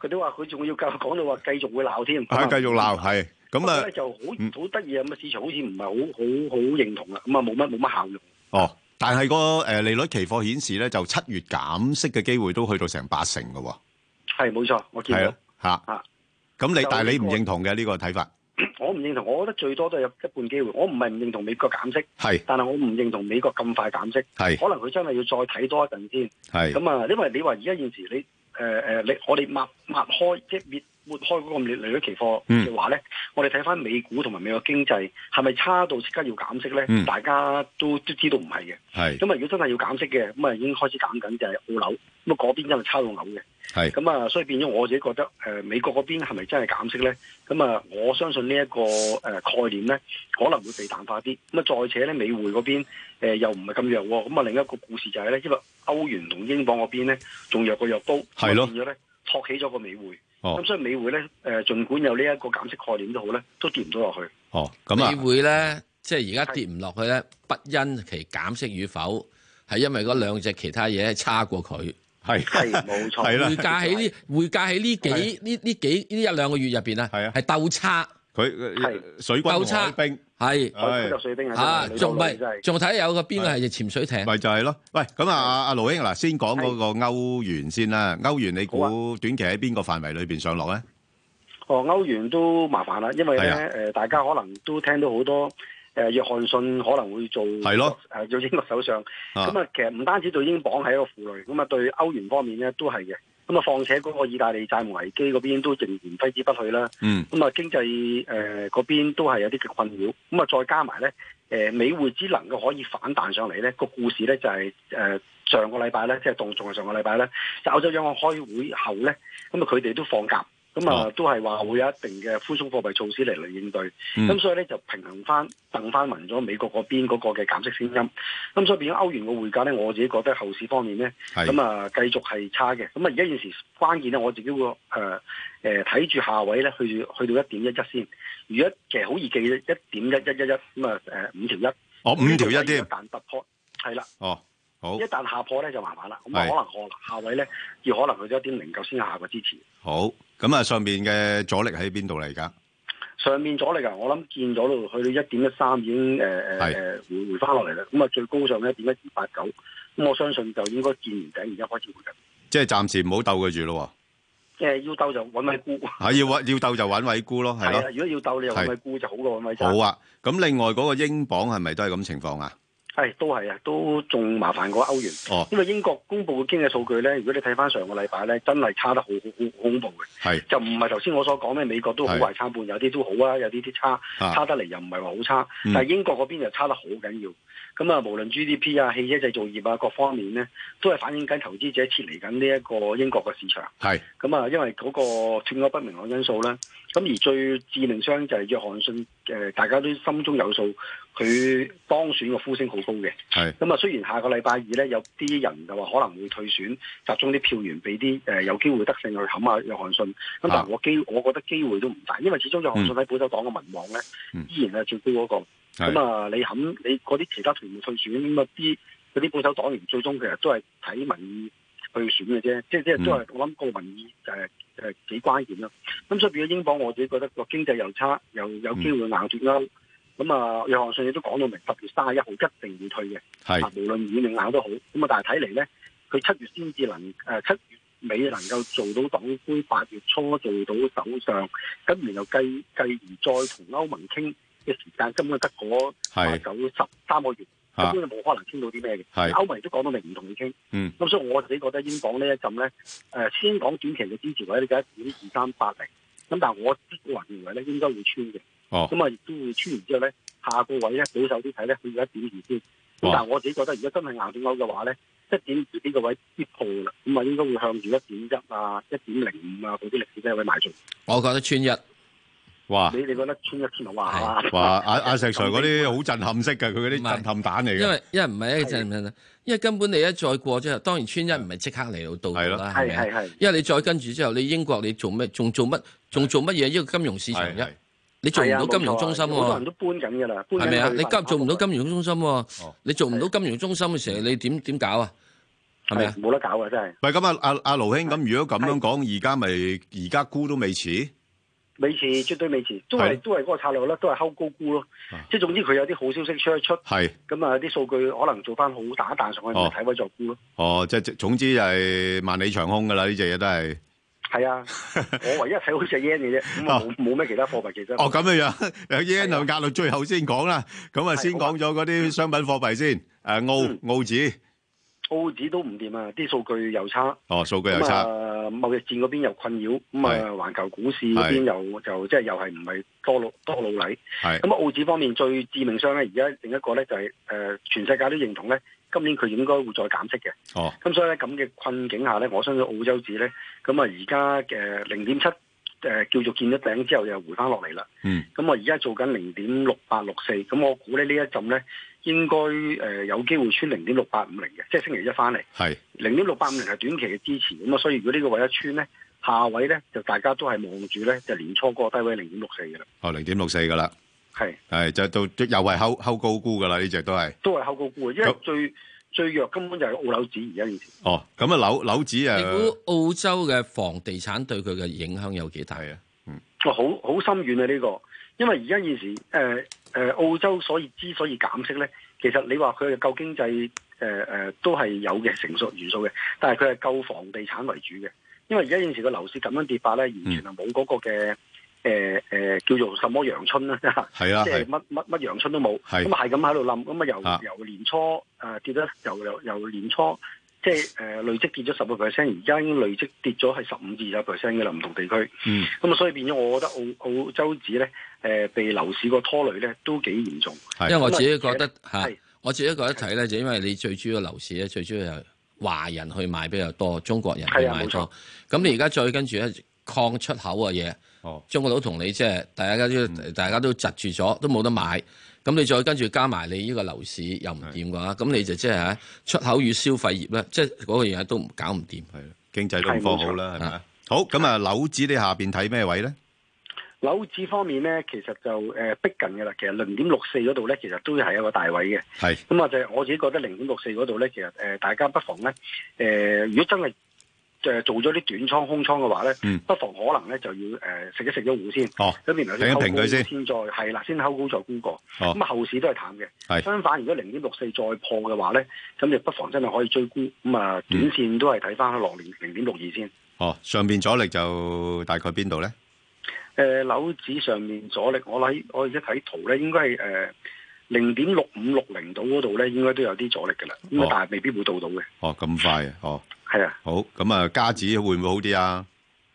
佢都話佢仲要繼續講到話繼續會鬧添。啊係啊繼續鬧，係嗯咁啊，就好好得意啊！咁啊，市場好似唔係好好好認同啦。咁啊，冇乜冇乜效用。哦，但係個誒利率期貨顯示咧，就七月減息嘅機會都去到成八成嘅喎。係冇錯，我見係到啦，。嚇啊咁你就但係你呢個唔認同嘅呢個睇法我唔認同，我覺得最多都有一半機會。我唔係唔認同美國減息，係但係我唔認同美國咁快減息，係可能佢真係要再睇多一陣先。係咁啊，因為你話而家現時你誒誒、呃你我哋抹抹開即係搣抹開嗰個利率期貨嗯嘅話咧，我哋睇翻美股同埋美國經濟係咪差到即刻要減息咧？嗯大家都都知道唔係嘅。係咁啊，如果真係要減息嘅，咁啊已經開始減緊就係澳樓，咁啊嗰邊因為抄到樓嘅。係咁啊，所以變咗我自己覺得，誒、美國嗰邊係咪真係減息咧？咁啊，我相信呢、一個誒、呃概念咧，可能會被淡化啲。咁啊，再且咧，美匯嗰邊、呃、又唔係咁弱喎。咁啊，另一個故事就係、咧，因為歐元同英鎊嗰邊咧，仲弱過弱刀，係咯咁啊變咗咧托起咗個美匯。哦咁所以美匯咧，誒、儘管有呢一個減息概念都好咧，都跌唔到落去。哦，咁啊你會咧，即係而家跌唔落去咧，不因其減息與否，係因為嗰兩隻其他嘢差過佢。係係冇錯係啦。係啦匯價啊喺呢匯價喺呢幾呢呢幾呢一兩個月入邊啊，係啊，係鬥差。佢水軍鬥差同海兵係海軍有水兵啊真係啊你仲唔講到真係係仲睇有個邊個係潛水艇？咪就係咯。喂，咁啊，阿阿盧兄嗱，先講嗰個歐元先啦。歐元你估短期喺邊個範圍裏邊上落咧？哦，歐元都麻煩啦，因為咧係啊誒、呃大家可能都聽到好多誒、呃、約翰遜可能會做係咯誒、做英國首相，啊咁啊其實唔單止對英鎊係一個負累，咁啊對歐元方面咧都係嘅，咁啊況且嗰個意大利債務危機嗰邊都仍然揮之不去啦，嗯咁啊經濟誒嗰邊都係有啲嘅困擾，咁啊再加埋咧誒美匯只能夠可以反彈上嚟咧，個故事咧就係、誒、上個禮拜咧，即係當仲係上個禮拜咧，就歐洲央行開會後咧，咁啊佢哋都放鴿，咁啊哦都係話會有一定嘅寬鬆貨幣措施嚟嚟應對，咁、啊嗯所以咧就平衡翻、掟翻勻咗美國嗰邊嗰個嘅減息聲音，咁所以變咗歐元嘅匯價咧，我自己覺得後市方面咧，係咁啊繼續係差嘅，咁啊而家現時關鍵咧，我自己會誒誒睇住下位咧，去去到一點一一先，如果其實好易記啫，一點一一一一咁啊誒五條一，哦5條一添一旦突破係啦。哦，好一，旦下破咧就麻煩啦，咁啊係可能可能下位咧要可能去咗一點零九先下個支持。好。咁啊，上邊嘅阻力喺邊度嚟㗎？上面阻力啊，我諗見咗度去到一點一三已經係誒誒誒回回翻落嚟啦，咁啊最高上咧一點一二八九，咁我相信就應該見完頂，而家開始回緊。即係暫時唔好鬥佢住咯即係要鬥就揾位沽，喎。係要揾要鬥就揾位沽咯，係係啊！咯。如果要鬥你又揾位沽就好過揾位揸。好，啊。咁另外嗰個英鎊係咪都係咁情況啊？係都係啊，都仲麻煩過歐元。哦，因為英國公布嘅經濟數據咧，如果你睇翻上個禮拜咧，真係差得好好好恐怖嘅。係就唔係頭先我所講咧，美國都好係壞參半，有啲都好啊，有啲啲差，啊差得嚟又唔係話好差，嗯但係英國嗰邊就差得好緊要。咁啊，無論 GDP 啊、汽車製造業啊各方面咧，都係反映緊投資者撤離緊呢一個英國嘅市場。係咁啊，因為嗰個斷咗不明朗因素啦。咁而最致命傷就係約翰遜，誒、大家都心中有數，佢當選嘅呼聲好高嘅。係咁啊，雖然下個禮拜二咧有啲人就話可能會退選，集中啲票源俾啲誒有機會得勝去冚下約翰遜。咁但啊係我機，我覺得機會都唔大，因為始終約嗯翰遜喺保守黨嘅民望咧，依然係最高嗰、個。係咁啊，你冚你嗰啲其他團會退選，咁啊啲嗰啲保守黨員最終其實都係睇民意去選嘅啫，即係即係都嗯係我諗個民意誒誒幾關鍵咯。咁所以變咗英鎊，我自己覺得個經濟又差，又有嗯機會硬脱歐。咁啊，約翰遜亦都講到明，十月三十一號一定要退嘅。係啊無論軟定硬都好。咁啊，但係睇嚟咧，佢七月先至能誒、呃七月尾能夠做到黨魁，八月初做到首相，咁然後繼繼而再同歐盟傾嘅時間，根本得嗰八係九十三個月，啊根本就冇可能傾到啲咩嘅。係歐盟亦都講到明唔同你傾。嗯咁所以我自己覺得英鎊呢一陣咧，誒、先講短期嘅支持位咧，就一點二三八零。咁但係我個人認為咧，應該會穿嘅。哦咁啊，亦都會穿完之後咧，下個位咧保守啲睇咧，去到一點二先。咁哇但係我自己覺得，如果真係硬到歐嘅話咧，一點二呢個位必破㗎啦。咁啊，應該會向住一點一啊、一點零五啊嗰啲歷史低位買進。我覺得穿一，哇！你哋覺得穿一穿好啊？哇！阿阿石 Sir 嗰啲好震撼式㗎，佢嗰啲震撼彈嚟因嘅為。因為唔係一陣唔陣，因為根本你一再過之後，當然穿一唔係即刻嚟到到㗎啦，係咪係係啊係？因為你再跟住之後，你英國你做咩？仲做乜？仲做乜嘢？一個金融市場啫，你做唔係啊到金融中心冇錯啊好多人喎都。搬緊㗎啦，搬緊係咪啊？去你急翻做唔到金融中心喎，哦你做唔到金融中心嘅時嗯候，你點點搞啊？係咪啊？冇得搞啊！真係。喂，咁啊，阿阿盧兄，咁如果咁樣講，而家咪而家沽都未遲？未遲，絕對未遲，都係係都係嗰個策略啦，都係睺高估咯。啊即係總之佢有啲好消息出一出，係咁啊啲數據可能做翻好打一彈上去，咪哦睇位作估咯。哦，即係總之就係萬里長空㗎啦，呢只嘢都係。<laughs> 係啊，我唯一睇好隻 yen 嘅啫，咁哦啊冇冇咩其他貨幣其實。哦，咁樣樣， <laughs> 有 yen 就壓到最後先講啦。咁啊，先講咗嗰啲商品貨幣先。誒，澳澳紙，澳紙都唔掂啊，啲數據又差。哦，數據又差。咁啊，貿易戰嗰邊又困擾，咁係啊，環球股市嗰邊又就即係又係唔係多老多老禮。係咁啊，澳紙方面最致命傷咧，而家另一個咧就係、呃全世界都認同咧，今年佢應該會再減息嘅。哦，咁所以咧咁嘅困境下咧，我相信澳洲紙咧，咁啊而家誒零點七誒叫做見咗頂之後又回翻落嚟啦。嗯。咁我而家做緊零點六八六四，咁我估咧呢一陣咧應該誒、呃有機會穿零點六八五零嘅，即係星期一翻嚟。係零點六八五零係短期嘅支持，咁啊，所以如果呢個位一穿咧，下位咧就大家都係望住咧，就年初嗰個低位零點六四嘅啦，哦，零點六四㗎啦。係係就到又係睺睺高估㗎啦，呢只都係。都係後高估嘅，因為最最弱根本就係澳樓指而家現時。哦，咁啊樓樓指啊，你估澳洲嘅房地產對佢嘅影響有幾大啊？嗯哇，哦好好深遠啊！呢、個，因為而家現時誒誒、呃呃澳洲所以之所以減息咧，其實你話佢係救經濟誒誒、呃呃都係有嘅成熟元素嘅，但係佢係救房地產為主嘅，因為而家現時個樓市咁樣跌法咧，完全嗯係冇嗰個嘅。誒誒、呃叫做什麼陽春啦，係啊 <laughs> 即係係乜乜乜陽春都冇，係咁啊係咁喺度冧，咁啊啊由由年初誒、呃跌得由由由年初即係誒、呃累積跌咗十個 percent，而家已經累積跌咗係十五至二十 percent 嘅啦，唔同地區。嗯咁啊，所以變咗，我覺得澳澳洲紙咧，誒、被樓市個拖累咧，都幾嚴重。因為我自己覺得咁啊嚇，我自己覺得睇咧，就因為你最主要樓市咧，最主要係華人去買比較多，中國人去係啊買冇多錯。咁你而家再跟住咧抗出口嘅嘢，哦中國佬同你即係大家都嗯大家都窒住咗，都冇得買。咁你再跟住加埋你呢個樓市又唔掂嘅話，嗯咁你就即係嚇出口與消費業咧，即係嗰個嘢都唔搞唔掂。係啊經濟都唔放好啦，係咪啊？好，咁啊樓指你下邊睇咩位咧？樓市方面咧，其實就誒、呃逼近嘅啦。其實零點六四嗰度咧，其實都係一個大位嘅。係咁啊，就係我自己覺得零點六四嗰度咧，其實誒、呃大家不妨咧，誒、如果真係誒、呃做咗啲短倉空倉嘅話咧，嗯不妨可能咧就要誒、呃食一食咗糊先。哦咁然後停一停先佢先先再係啦，先溝高再沽過。哦咁啊、後市都係淡係嘅。相反，如果零點六四再破嘅話咧，咁就不妨真係可以追沽。咁啊，嗯短線都係睇翻落零零點六二先。哦，上邊阻力就大概邊度咧？誒呃樓指上面阻力，我睇我而家睇圖咧，應該係誒零點六五六零度嗰度咧，應該都有啲阻力㗎啦。咁哦啊，但係未必會到到嘅。哦，咁快啊！哦，係啊。好，咁啊加指會唔會好啲啊？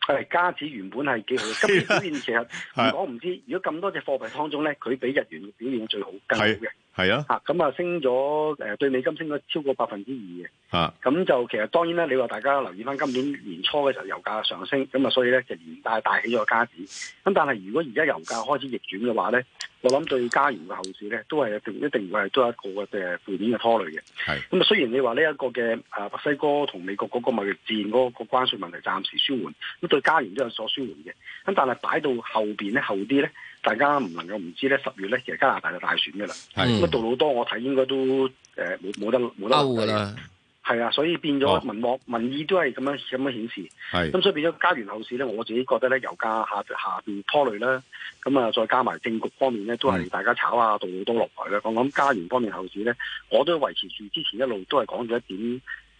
係加指原本係幾 <laughs> 好嘅，今年表現其實唔係講唔知，如果咁多隻貨幣當中咧，佢比日元嘅表現最好更好嘅。係啊，嚇咁啊，升咗誒對美金升咗超過百分之二啊嘅，咁就其實當然啦，你話大家留意翻今年年初嘅時候油價上升，咁啊所以咧就連帶帶起咗個加指，咁但係如果而家油價開始逆轉嘅話咧，我諗對加元嘅後市咧都係一定一定會係都有一個嘅負面嘅拖累嘅。係咁啊，雖然你話呢一個嘅啊墨西哥同美國嗰個貿易戰嗰個關稅問題暫時舒緩，咁對加元都有所舒緩嘅。咁但係擺到後邊咧後啲咧，大家唔能夠唔知咧，十月咧其實加拿大就大選嘅啦。係咁啊，杜魯多我睇應該都誒冇冇得冇得勾㗎啦。係啊，所以變咗民望、民意都係咁樣咁樣顯示。係咁所以變咗加元後市咧，我自己覺得咧，油價下下邊拖累啦，咁啊再加埋政局方面咧，都係大家炒下杜魯多落台啦。我諗加元方面後市咧，我都維持住之前一路都係講咗一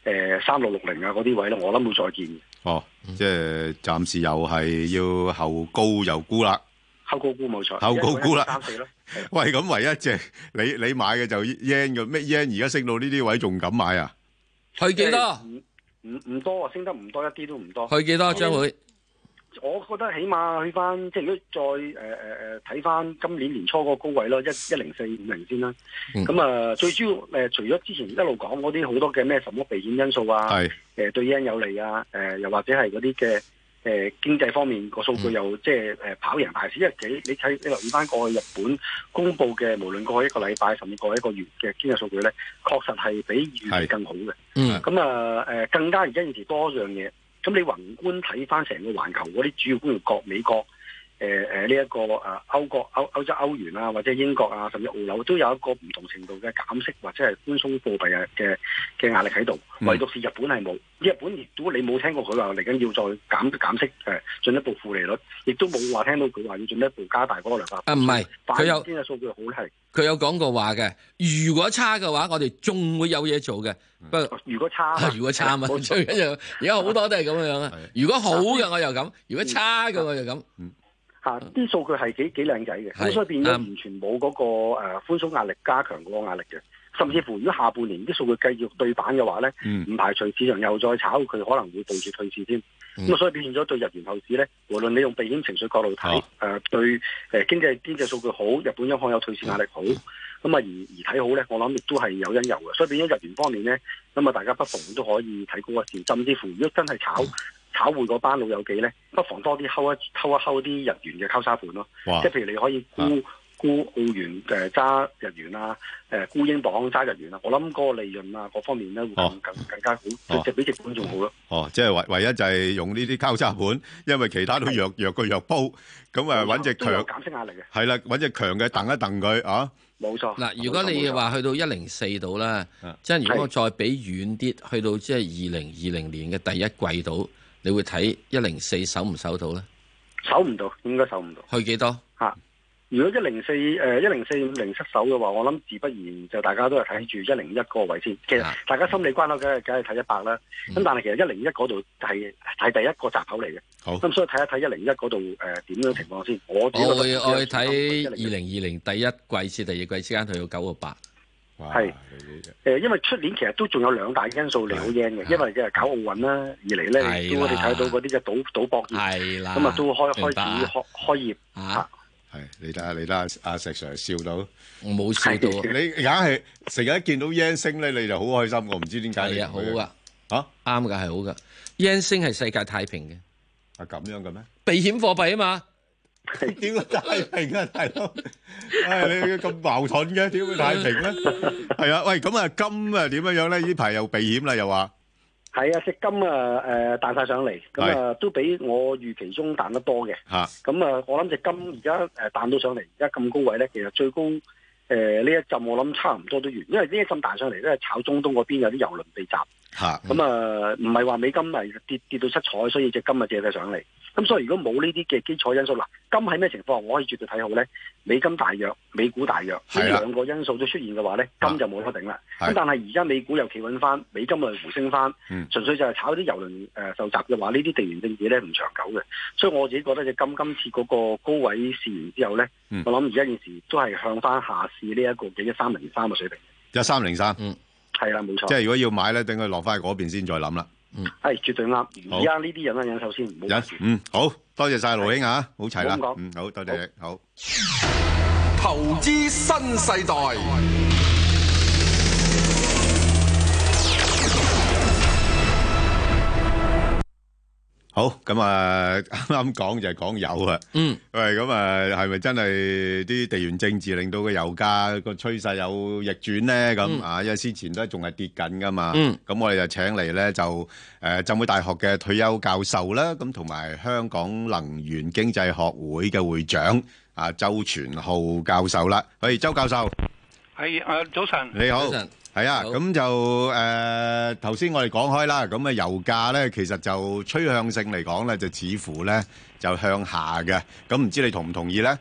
點誒三六六零啊嗰啲位咧，我諗會再見嘅，哦，即係暫時又係要後高又沽啦。 <laughs> 後高估冇錯，後高估啦三四啦，喂，咁唯一隻你你買嘅就 yen 嘅，咩 yen 而家升到呢啲位仲敢買啊？去幾多？唔唔唔多啊，升得唔多，一啲都唔多。去幾多將會？我覺得起碼去翻，即係如果再誒誒誒睇翻今年年初嗰個高位咯，一一零四五零先啦。嗯咁啊、最主要誒、呃除咗之前一路講嗰啲好多嘅咩什麼避險因素啊，誒、對 yen 有利啊，誒、又或者係嗰啲嘅誒經濟方面個數嗯據又、即係誒、呃跑贏大市，因為你你睇你留意翻過去日本公布嘅無論過去一個禮拜甚至過去一個月嘅經濟數據咧，確實係比預期更好嘅。嗯咁啊誒，更加而家現時多樣嘢。咁你宏觀睇翻成個環球嗰啲主要工業國，美國誒、誒誒呢一個誒歐國歐歐洲歐元啊，或者英國啊，甚至澳紐都有一個唔同程度嘅減息或者係寬鬆貨幣嘅啊嘅嘅壓力喺度，嗯唯獨是日本係冇。日本亦都你冇聽過佢話嚟緊要再減減息誒進一步負利率，亦都冇話聽到佢話要進一步加大嗰個量化。啊唔係反佢有而先嘅數據好係。佢有講過話嘅，如果差嘅話，我哋仲會有嘢做嘅。不過哦如果差啊， <laughs> 如果差啊嘛，冇錯最緊要而家好多都係嗯咁樣啊。如果好嘅我又咁，如果差嘅我就咁。嚇啲數據係幾幾靚仔嘅，嗯係咁所以變咗啱完全冇嗰個誒寬鬆壓力加強嗰個壓力嘅，甚至乎如果下半年啲數據繼續對版嘅話咧，嗯唔排除市場又再炒佢，可能會部署退市添。嗯咁、啊所以變咗對日元後市咧，無論你用避險情緒角度睇，誒、啊對誒、經濟經濟數據好，日本央行有退市壓力嗯好，咁啊而而睇好咧，我諗亦都係有因由嘅。所以變咗日元方面咧，咁啊大家不妨都可以睇高一線，甚至乎如果真係嗯炒。炒匯嗰班老友記咧，不妨多啲溝一溝一溝啲日元嘅交叉盤咯。哇即係譬如你可以沽啊沽澳元誒揸、日元啊，誒、沽英鎊揸日元啊。我諗嗰個利潤啊，各方面咧會哦更更更加好，哦即係比直本仲好咯。哦，即係唯唯一就係用呢啲交叉盤，因為其他都弱弱過弱煲，咁啊揾只都有強減息壓力嘅，係啦，揾只強嘅蹬一蹬佢啊。冇錯。嗱，如果你話去到一零四度啦，嗯即係如果我再俾遠啲，去到即係二零二零年嘅第一季度，你會睇一零四守唔守到咧？守唔到，應該守唔到。去幾多？嚇！如果一零四誒一零四五零失守嘅話，我諗自不然就大家都係睇住一零一個位先。其實啊大家心理關口梗係梗係睇一百啦。嗯咁但係其實一零一嗰度係係第一個閘口嚟嘅。好。咁所以睇一睇一零一嗰度誒點樣情況先。我自己我覺會得我會睇二零二零第一季至第二季之間去到九個八。係誒，呃因為出年其實都仲有兩大因素利好 yen 嘅，因為嘅搞奧運啦，二嚟咧亦係啊啦都我哋睇到嗰啲嘅賭賭博業，係啦咁啊都開明白開始開開業嚇。係你睇下，你睇下阿石 Sir 笑到，我冇笑到啊你硬係成日一見到 yen 升咧，你就好開心，我唔知點解你係啊同佢好啊，嚇啱㗎，係好㗎。yen 升係世界太平嘅。啊咁樣嘅咩？避險貨幣啊嘛。點解太平啊，大佬？唉，你咁矛盾嘅，點會太平咧？係啊，喂，咁啊金啊點樣樣咧？呢排又避險啦，又話係啊，食金啊誒彈晒上嚟，咁啊都比我預期中彈得多嘅。嚇咁啊，我諗只金而家誒彈到上嚟，而家咁高位咧，其實最高誒呃呢、一陣我諗差唔多都完，因為呢一陣彈上嚟咧，炒中東嗰呃邊有啲郵輪被襲，嚇咁啊唔係話美金係跌跌到七彩，所以只金啊借晒上嚟。咁所以如果冇呢啲嘅基礎因素，嗱金喺咩情況我可以絕對睇好咧？美金大弱，美股大弱，呢係啦啊兩個因素都出現嘅話咧，金就冇得頂啦。係咁但係而家美股又企穩翻，美金又回升翻，嗯純粹就係炒啲郵輪誒受襲嘅話，呢啲地緣政治咧唔長久嘅，所以我自己覺得只金今次嗰個高位試完之後咧，嗯我諗而家現時都係向翻下試呢一個嘅一三零三嘅水平，一三零三，嗯，係啦，冇錯，即係如果要買咧，等佢落翻去嗰邊先再諗啦。係絕對啱。好而家呢啲人啊，忍手先，唔好忍，嗯，好多謝晒盧兄啊，好齊啦唔好咁講，嗯，好多謝你，好。投資新世代， <laughs> 好，咁啊，啱啱講就係講油啊。喂，咁啊，係咪真係啲地緣政治令到個油價個趨勢有逆轉呢？咁，嗯。啊，因為先前都仲係跌緊㗎嘛。嗯。à, à, 咁我哋就請嚟呢，就，誒，浸會大學嘅退休教授啦，咁同埋香港能源經濟學會嘅會長，啊，周全浩教授啦。喂，周教授。係誒，早晨。你好早晨，係啊，咁就誒頭先我哋講開啦，咁啊油價咧其實就趨向性嚟講咧，就似乎咧就向下嘅，咁唔知你同唔同意咧？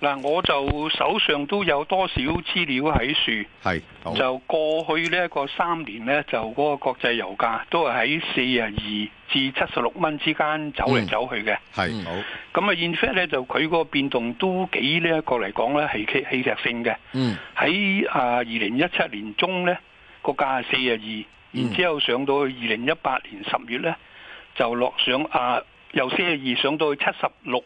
嗱，我就手上都有多少資料喺樹。係，好就過去呢一個三年呢，就嗰個國際油價都係喺四啊二至七十六蚊之間走嗯嚟走去嘅。係好，咁啊，in fact 咧就佢嗰個變動都幾呢一個嚟講咧係戲戲劇性嘅。嗯，喺啊二零一七年中呢，個價係四啊二，嗯然之後上到去二零一八年十月呢，就落上啊由四啊二上到去七十六。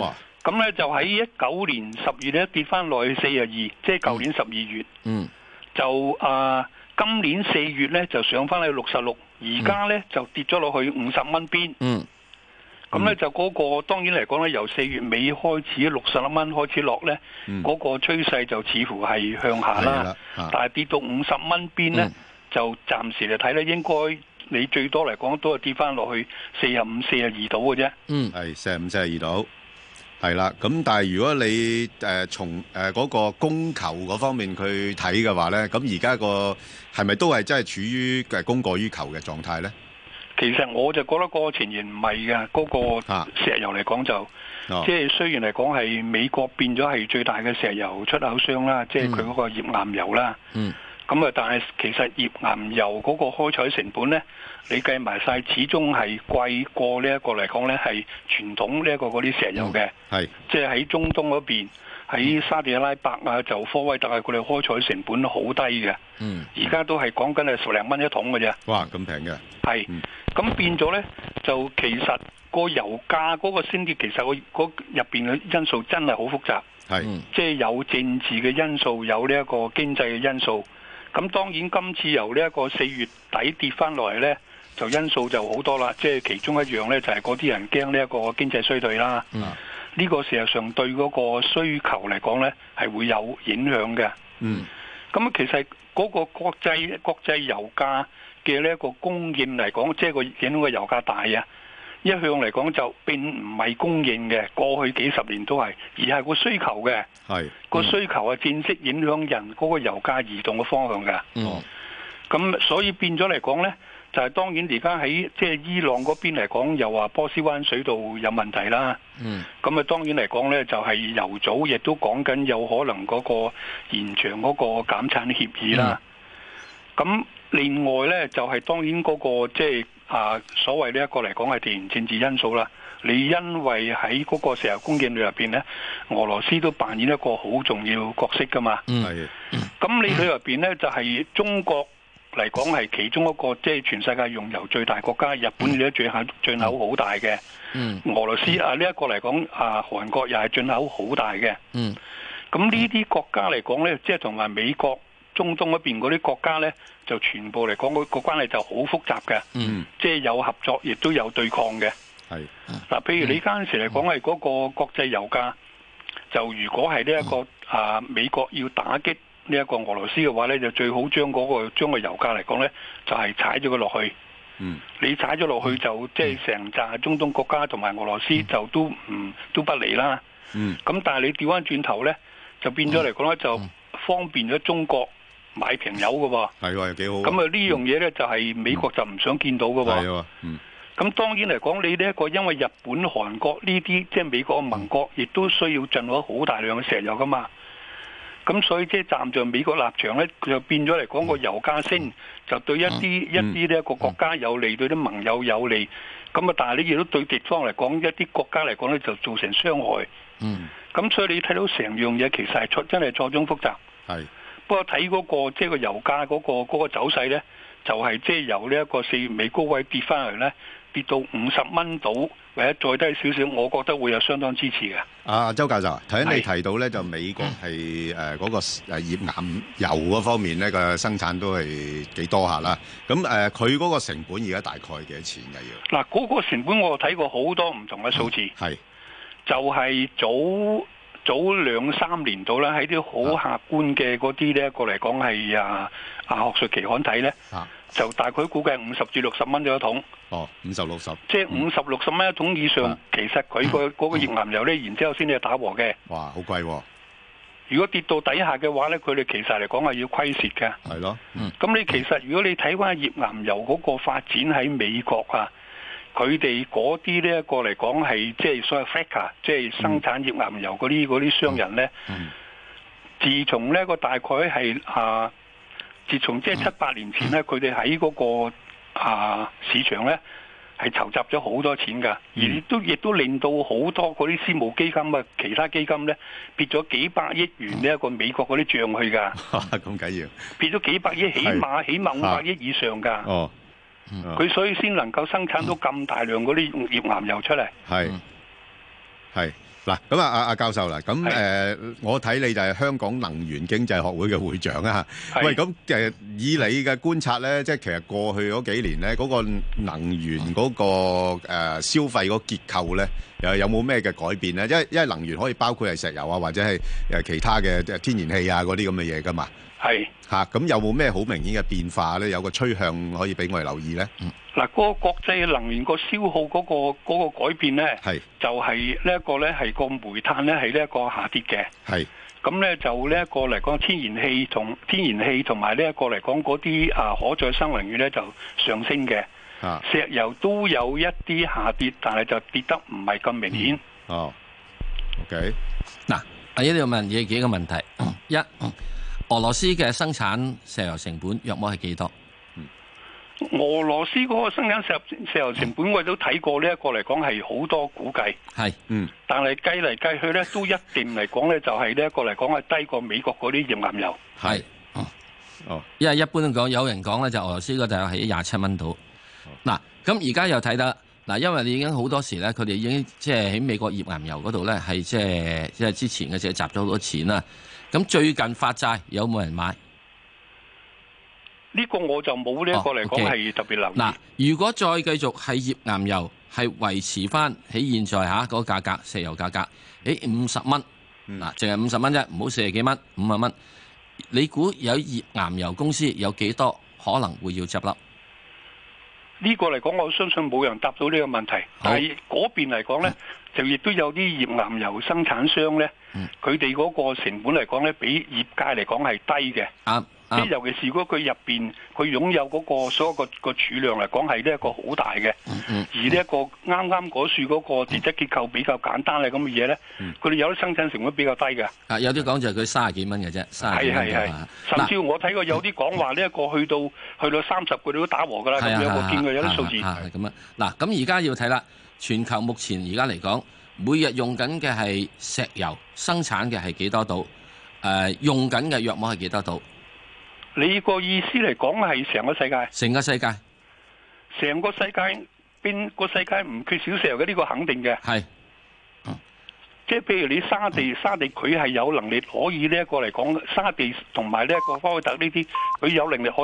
哇！咁呢，就喺一九年十月呢，跌翻落去四啊二，即係舊年十二月。嗯，就啊、今年四月呢，就上翻去六十六，而家呢，就跌咗落去五十蚊邊。嗯，咁嗯呢，就嗰、個當然嚟講呢，由四月尾開始六十蚊開始落呢，嗯嗰、個趨勢就似乎係向下係啦啦啊。嗯但係跌到五十蚊邊呢，就暫時嚟睇呢，應該你最多嚟講都係跌翻落去四十五、四十二度嘅啫。嗯，係四十五、四十二度，係啦。咁但係如果你誒從誒嗰個供求嗰方面去睇嘅話咧，咁而家個係咪都係真係處於誒供過於求嘅狀態咧？其實我就覺得個前言唔係嘅，嗰、個石油嚟講就。即係雖然嚟講係美國變咗係最大嘅石油出口商啦，即係佢嗰個頁岩油啦。嗯。咁啊，但係其實頁岩油嗰個開採成本呢，你計埋晒，始終係貴過呢一個嚟講呢，係傳統呢一個嗰啲石油嘅。係。即係喺中東嗰邊，喺沙地阿拉伯啊、就科威特啊，佢哋開採成本好低嘅。嗯。而家都係講緊係十零蚊一桶嘅啫。哇，咁平嘅。嗯係。咁變咗呢，就其實個油價嗰個升跌，其實個嗰入邊嘅因素真係好複雜。係。即係有政治嘅因素，有呢一個經濟嘅因素。咁當然今次由呢一個四月底跌翻落嚟呢，就因素就好多啦。即係其中一樣呢，就係嗰啲人驚呢一個經濟衰退啦。嗯呢個事實上對嗰個需求嚟講呢，係會有影響嘅。嗯。咁其實嗰個國際國際油價嘅呢一個供應嚟講，即係個影響個油價大啊。一向嚟講就並唔係供應嘅，過去幾十年都係，而係個需求嘅。係。個需求啊，正式影響人嗰個油價移動嘅方向㗎。嗯。咁所以變咗嚟講呢，就係、當然而家喺即係伊朗嗰邊嚟講，又話波斯灣水道有問題啦。嗯。咁啊，當然嚟講呢，就係、油組亦都講緊有可能嗰個延長嗰個減產協議啦。咁、另外呢，就係、當然嗰、個即係啊所謂呢一個嚟講係地緣政治因素啦。你因為喺嗰個石油供應量入邊呢，俄羅斯都扮演一個好重要角色噶嘛。嗯係。咁你裏入邊呢，就係、中國嚟講係其中一個即係、全世界用油最大國家，日本亦都最口進口好大嘅。嗯俄羅斯啊呢一、個嚟講啊，韓國又係進口好大嘅。嗯咁呢啲國家嚟講呢，即係同埋美國、中東嗰邊嗰啲國家呢，就全部嚟講個個關係就好複雜嘅，嗯即係有合作，亦都有對抗嘅。係。嗱，譬如你嗰陣時嚟講係嗰個國際油價，就如果係呢一個啊美國要打擊呢一個俄羅斯嘅話呢，就最好將嗰、個將個油價嚟講呢，就係、踩咗佢落去。嗯。你踩咗落去就即係成扎中東國家同埋俄羅斯就都唔都不利啦。嗯。咁但係你調翻轉頭呢，就變咗嚟講呢，就方便咗中國買平油嘅喎。係喎，幾好。咁啊呢樣嘢呢，就係美國就唔想見到嘅係喎。喎，嗯。咁當然嚟講，你呢一個因為日本、韓國呢啲即係美國嘅啊盟國，亦都需要進口好大量嘅石油噶嘛。咁所以即係站在美國立場呢，佢就變咗嚟講個油價嗯升，就對一啲一啲呢一個國家有利，對啲盟友有利。咁啊，但係你亦都對敵方嚟講，一啲國家嚟講呢，就造成傷害。嗯咁所以你睇到成樣嘢其實係錯真係錯綜複雜。係。不過睇嗰、個即係個油價嗰、個嗰、個走勢呢，就係即係由呢一個四月尾高位跌翻嚟呢，跌到五十蚊度或者再低少少，我覺得會有相當支持嘅。啊，周教授啊，頭先你提到咧，就美國嗯係誒嗰個誒頁岩油嗰方面咧個生產都係幾多下啦。咁誒，佢嗰個成本而家大概幾多錢嘅要？嗱，嗰個成本我睇過好多唔同嘅數字，嗯係就係早早兩三年度啦，喺啲啊好客觀嘅嗰啲呢，過嚟講係啊啊學術期刊睇呢，啊，就大概估計五十至六十蚊咗一桶。哦，五十六十，即係嗯五十六十蚊一桶以上，其實 <laughs> 佢個嗰個頁岩油呢，然之後先至打和嘅。哇，好貴喎，如果跌到底下嘅話呢，佢哋其實嚟講係要虧蝕嘅。係咯，嗯，咁你其實如果你睇翻頁岩油嗰個發展喺美國啊，佢哋嗰啲呢個嚟講係即係所謂 fracker，即係生產頁岩油嗰啲嗰啲商人呢，自從呢個大概係啊，自從嗯即係七八年前呢，佢哋喺嗰個啊市場呢。係籌集咗好多錢㗎，而嗯亦都亦都令到好多嗰啲私募基金啊、其他基金呢，撇咗幾百億元呢一個美國嗰啲帳去㗎。 <laughs> 咁緊要，啊變咗幾百億，起碼起碼五百億以上㗎。哦，佢所以先能夠生產嗯到咁大量嗰啲頁岩油出嚟。係係嗱，咁啊，阿阿教授啦，咁誒，我睇你就係香港能源經濟學會嘅會長啊。係喂，咁誒，以你嘅觀察咧，即係其實過去嗰幾年咧，嗰個能源嗰個誒消費嗰個結構咧，又有冇咩嘅改變咧？因為因為能源可以包括係石油啊，或者係誒其他嘅誒天然氣啊嗰啲咁嘅嘢噶嘛。係嚇，咁有冇咩好明顯嘅變化咧？有個趨向可以俾我哋留意咧？嗱，嗰個國際能源個消耗嗰、個嗰、個改變咧，係就係呢一個咧係個煤炭咧係呢一個下跌嘅。係咁咧就呢一個嚟講，天然氣同天然氣同埋呢一個嚟講嗰啲啊可再生能源咧就上升嘅。啊石油都有一啲下跌，但係就跌得唔係咁明顯。哦，OK，嗱，我呢度問嘢幾個問題， <clears throat> 一俄羅斯嘅生產石油成本約莫係幾多？嗯俄羅斯嗰個生產石油石油成本我哋都睇過呢一個嚟講係好多估計，係嗯但係計嚟計去咧都一定嚟講咧就係呢一個嚟講係低過美國嗰啲頁岩油。係哦，因為一般講有人講咧就俄羅斯嗰就係廿七蚊哦度。嗱，咁而家又睇得嗱，因為你已經好多時咧，佢哋已經即係喺美國頁岩油嗰度咧係即係即係之前嘅時候集咗好多錢啦。咁最近發債有冇人買？呢個我就冇呢一個嚟講係特別留意。嗱，如果再繼續係頁岩油係維持翻喺現在嚇嗰個價格，石油價格，誒五十蚊，嗯嗱，淨係五十蚊啫，唔好四十幾蚊，五啊蚊。你估有頁岩油公司有幾多可能會要執笠？呢個嚟講，我相信冇人答到呢個問題。但係嗰邊嚟講呢，就亦都有啲頁岩油生產商呢，佢哋嗰個成本嚟講呢，比業界嚟講係低嘅。啱即係尤其是如果佢入邊佢擁有嗰個所有個個儲量嚟講係呢一個好大嘅，嗯而呢一個啱啱嗰樹嗰個地質結構比較簡單嘅啊咁嘅嘢咧，佢哋有啲生產成本比較低嘅。啊，有啲講就係佢三十幾蚊嘅啫，三十係幾蚊係啫啊係嘛，甚至乎我睇過有啲講話呢一個去到去到三十，佢哋都打和㗎啦。咁係啊樣係啊我見過有啲數字係。啊係咁啊。嗱，咁而家要睇啦，全球目前而家嚟講，每日用緊嘅係石油生產嘅係幾多度？誒、用緊嘅藥物係幾多度？你個意思嚟講係成個世界，成個世界成個世界邊個世界唔缺少石油嘅呢個肯定嘅。係。即係譬如你沙地，沙地佢係有能力可以呢一個嚟講，沙地同埋呢一個科威特呢啲，佢有能力可以。